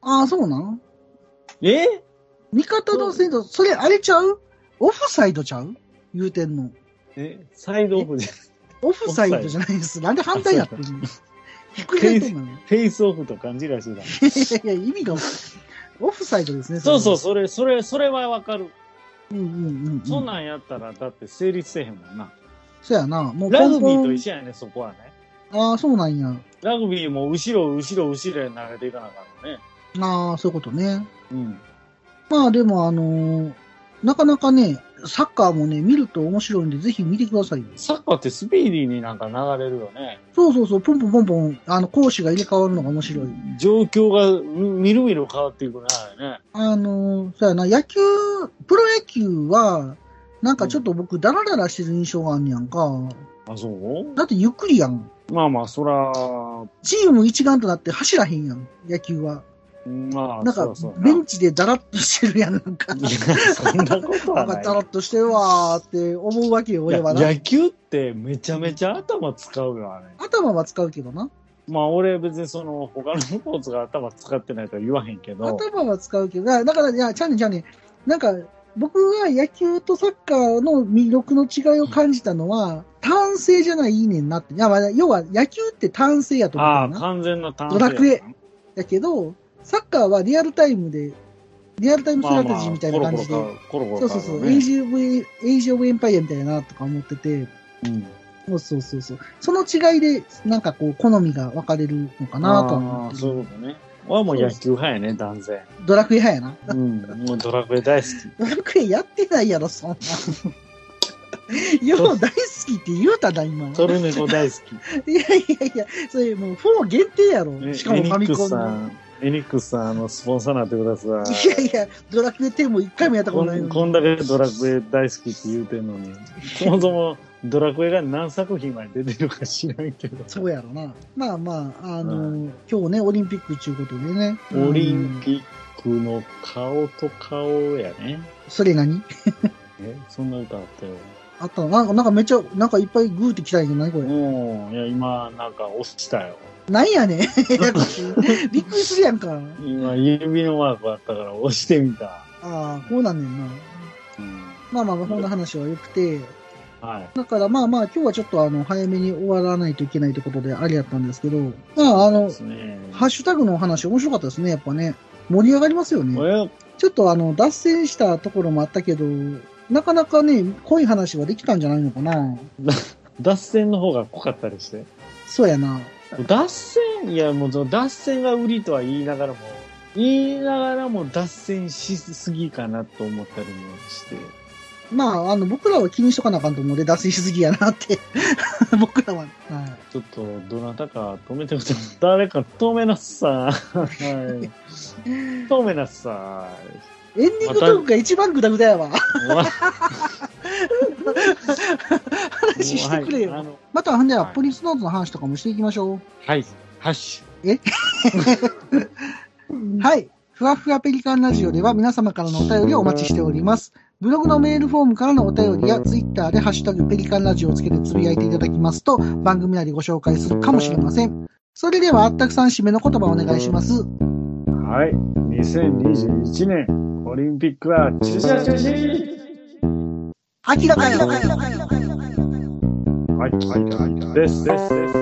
[SPEAKER 1] ああ、そうなん
[SPEAKER 2] え
[SPEAKER 1] 味方の先頭、それあれちゃうオフサイドちゃう言うてんの。
[SPEAKER 2] えサイドオフで、フ
[SPEAKER 1] オフサイドじゃないです。なんで反対やってるのひっくり返ってんのね
[SPEAKER 2] ェイスオフと勘違いして
[SPEAKER 1] い
[SPEAKER 2] た。
[SPEAKER 1] やいやいや、意味が、オフサイドですね。
[SPEAKER 2] そうそう、
[SPEAKER 1] う。
[SPEAKER 2] それ、それ、それはわかる。
[SPEAKER 1] うんうんうん、うん。
[SPEAKER 2] そんなんやったら、だって成立せえへんもんな。
[SPEAKER 1] そうやな。もう
[SPEAKER 2] ラグビーと
[SPEAKER 1] 緒。
[SPEAKER 2] 一緒やね、そこはね。
[SPEAKER 1] ああ、そうなんや。
[SPEAKER 2] ラグビーも後ろ、後ろ、後ろに投げていかなあかんのね。
[SPEAKER 1] ああ、そういうことね。
[SPEAKER 2] うん。
[SPEAKER 1] まあでも、あのーなかなかね、サッカーもね、見ると面白いんで、ぜひ見てくださいよ。
[SPEAKER 2] サッカーってスピーディーになんか流れるよね。
[SPEAKER 1] そうそうそう、ポンポンポンポン、あの、講師が入れ替わるのが面白い。
[SPEAKER 2] 状況がみみるみる変わっていくねあれね。
[SPEAKER 1] あのーそうやな、野球、プロ野球は、なんかちょっと僕、ダラダラしてる印象があんねやんか。
[SPEAKER 2] あ、そう
[SPEAKER 1] だってゆっくりやん。
[SPEAKER 2] まあまあ、そら、
[SPEAKER 1] チーム一丸となって走らへんやん、野球は。
[SPEAKER 2] まあ、
[SPEAKER 1] なん
[SPEAKER 2] そ
[SPEAKER 1] か
[SPEAKER 2] らそう、や
[SPEAKER 1] ベ
[SPEAKER 2] な。
[SPEAKER 1] ンチでダラッとしてるやん、なんか。
[SPEAKER 2] いや、 そんなこと
[SPEAKER 1] な
[SPEAKER 2] は
[SPEAKER 1] んか
[SPEAKER 2] ない
[SPEAKER 1] ダ。ラッとしてるわーって思うわけよ、俺はい
[SPEAKER 2] や
[SPEAKER 1] な。
[SPEAKER 2] 野球ってめちゃめちゃ頭使うよ、あれ。
[SPEAKER 1] 頭は使うけどな。
[SPEAKER 2] まあ俺別にその他のスポーツが頭使ってないとは言わへんけど、
[SPEAKER 1] 頭は使うけど、だだから、いや、ちゃうねんちゃうねん。なんか、僕が野球とサッカーの魅力の違いを感じたのは、単性じゃないいいねんなって。いや、まあ要は野球って単性やと思
[SPEAKER 2] あ
[SPEAKER 1] う
[SPEAKER 2] あ、
[SPEAKER 1] んだな。
[SPEAKER 2] 完全な単
[SPEAKER 1] ドラクエだけど、サッカーはリアルタイムで、リアルタイムス
[SPEAKER 2] ま
[SPEAKER 1] ラ
[SPEAKER 2] あま
[SPEAKER 1] テ
[SPEAKER 2] あ
[SPEAKER 1] ジーみたい
[SPEAKER 2] コ
[SPEAKER 1] な
[SPEAKER 2] ロ
[SPEAKER 1] 感じ
[SPEAKER 2] コロ
[SPEAKER 1] で。
[SPEAKER 2] 変わるコロコ
[SPEAKER 1] そ
[SPEAKER 2] ロ
[SPEAKER 1] うそうそう、
[SPEAKER 2] 変わるね
[SPEAKER 1] エイジオブ、エイジオブエンパイアみたいやなとか思ってて、
[SPEAKER 2] うん
[SPEAKER 1] そうそうそうそう。その違いで、なんかこう、好みが分かれるのかなとは思
[SPEAKER 2] あ
[SPEAKER 1] っ
[SPEAKER 2] あ
[SPEAKER 1] て
[SPEAKER 2] そうい
[SPEAKER 1] る。
[SPEAKER 2] うことね。俺はもう野球派やね、断然。
[SPEAKER 1] ドラクエ派やな。
[SPEAKER 2] うん、もうドラクエ大好き。
[SPEAKER 1] ドラクエやってないやろ、そんな。よう大好きって言うただ、今。い
[SPEAKER 2] トルネコ大好き。
[SPEAKER 1] やいやいや、それもう4限定やろ。
[SPEAKER 2] ね
[SPEAKER 1] しかもファミコンの。
[SPEAKER 2] エニックスさん、エニックスさん、あの、スポンサーなって ください。
[SPEAKER 1] いやいや、ドラクエ10も1回もやったこ
[SPEAKER 2] こと
[SPEAKER 1] ないの
[SPEAKER 2] ん
[SPEAKER 1] に。
[SPEAKER 2] こんだけドラクエ大好きって言うてんのに、そもそもドラクエが何作品まで出てるか知らんけど。
[SPEAKER 1] そうやろな。まあまあ、あの
[SPEAKER 2] う
[SPEAKER 1] 今日ね、オリンピックちゅうことでね。
[SPEAKER 2] オリン
[SPEAKER 1] ッ
[SPEAKER 2] ピッ僕の顔と顔やね。
[SPEAKER 1] それ何
[SPEAKER 2] え、そんな歌あったよ。
[SPEAKER 1] あったのなんか、なんかめっちゃ、なんかいっぱいグーってきたんじゃないこれ。
[SPEAKER 2] うん。いや、今、なんか落ちたよ。
[SPEAKER 1] なんやねん。 ややこしいびっくりするやんか。
[SPEAKER 2] 今、指のマークあったから押してみた。
[SPEAKER 1] ああ、こうなんねんな。
[SPEAKER 2] うん。
[SPEAKER 1] まあまあ、こんな話は良くて。
[SPEAKER 2] はい。
[SPEAKER 1] だからまあまあ、今日はちょっとあの、早めに終わらないといけないということでありやったんですけど、まああの
[SPEAKER 2] で、すね。
[SPEAKER 1] ハッシュタグのお話面白かったですね、やっぱね。盛り上がりますよね。
[SPEAKER 2] え、
[SPEAKER 1] ちょっとあの、脱線したところもあったけど、なかなかね、濃い話ができたんじゃないのかな。
[SPEAKER 2] 脱線の方が濃かったりして。
[SPEAKER 1] そうやな。
[SPEAKER 2] 脱線、いや、もうその脱線が売りとは言いながらも、言いながらも脱線しすぎかなと思ったりもして。
[SPEAKER 1] まあ、あの、僕らは気にしとかなあかんと思うで、脱線しすぎやなって。 僕らは。はい。
[SPEAKER 2] ちょっと、どなたか止めてください。誰か止めなさい。はい止めなさ
[SPEAKER 1] エンディングトークが一番グダグダやわ。
[SPEAKER 2] い。わ
[SPEAKER 1] 話してくれ
[SPEAKER 2] はいあ
[SPEAKER 1] よ。
[SPEAKER 2] の
[SPEAKER 1] また、ほんでは、
[SPEAKER 2] はい
[SPEAKER 1] ポリスノートの話とかもしていきましょ
[SPEAKER 2] はい。ハッシ
[SPEAKER 1] う。 はい。ふわふわペリカンラジオでは皆様からのお便りをお待ちしております。ブログのメールフォームからのお便りや、ツイッターでハッシュタグペリカンラジオをつけてつぶやいていただきますと、番組内でご紹介するかもしれません。それでは、あったくさん締めの言葉をお願いします。
[SPEAKER 2] ュ。はい。2021年、オリンピックは中止だ中止
[SPEAKER 1] 明らかや
[SPEAKER 2] はい、はい、はい、はい。です、です、です。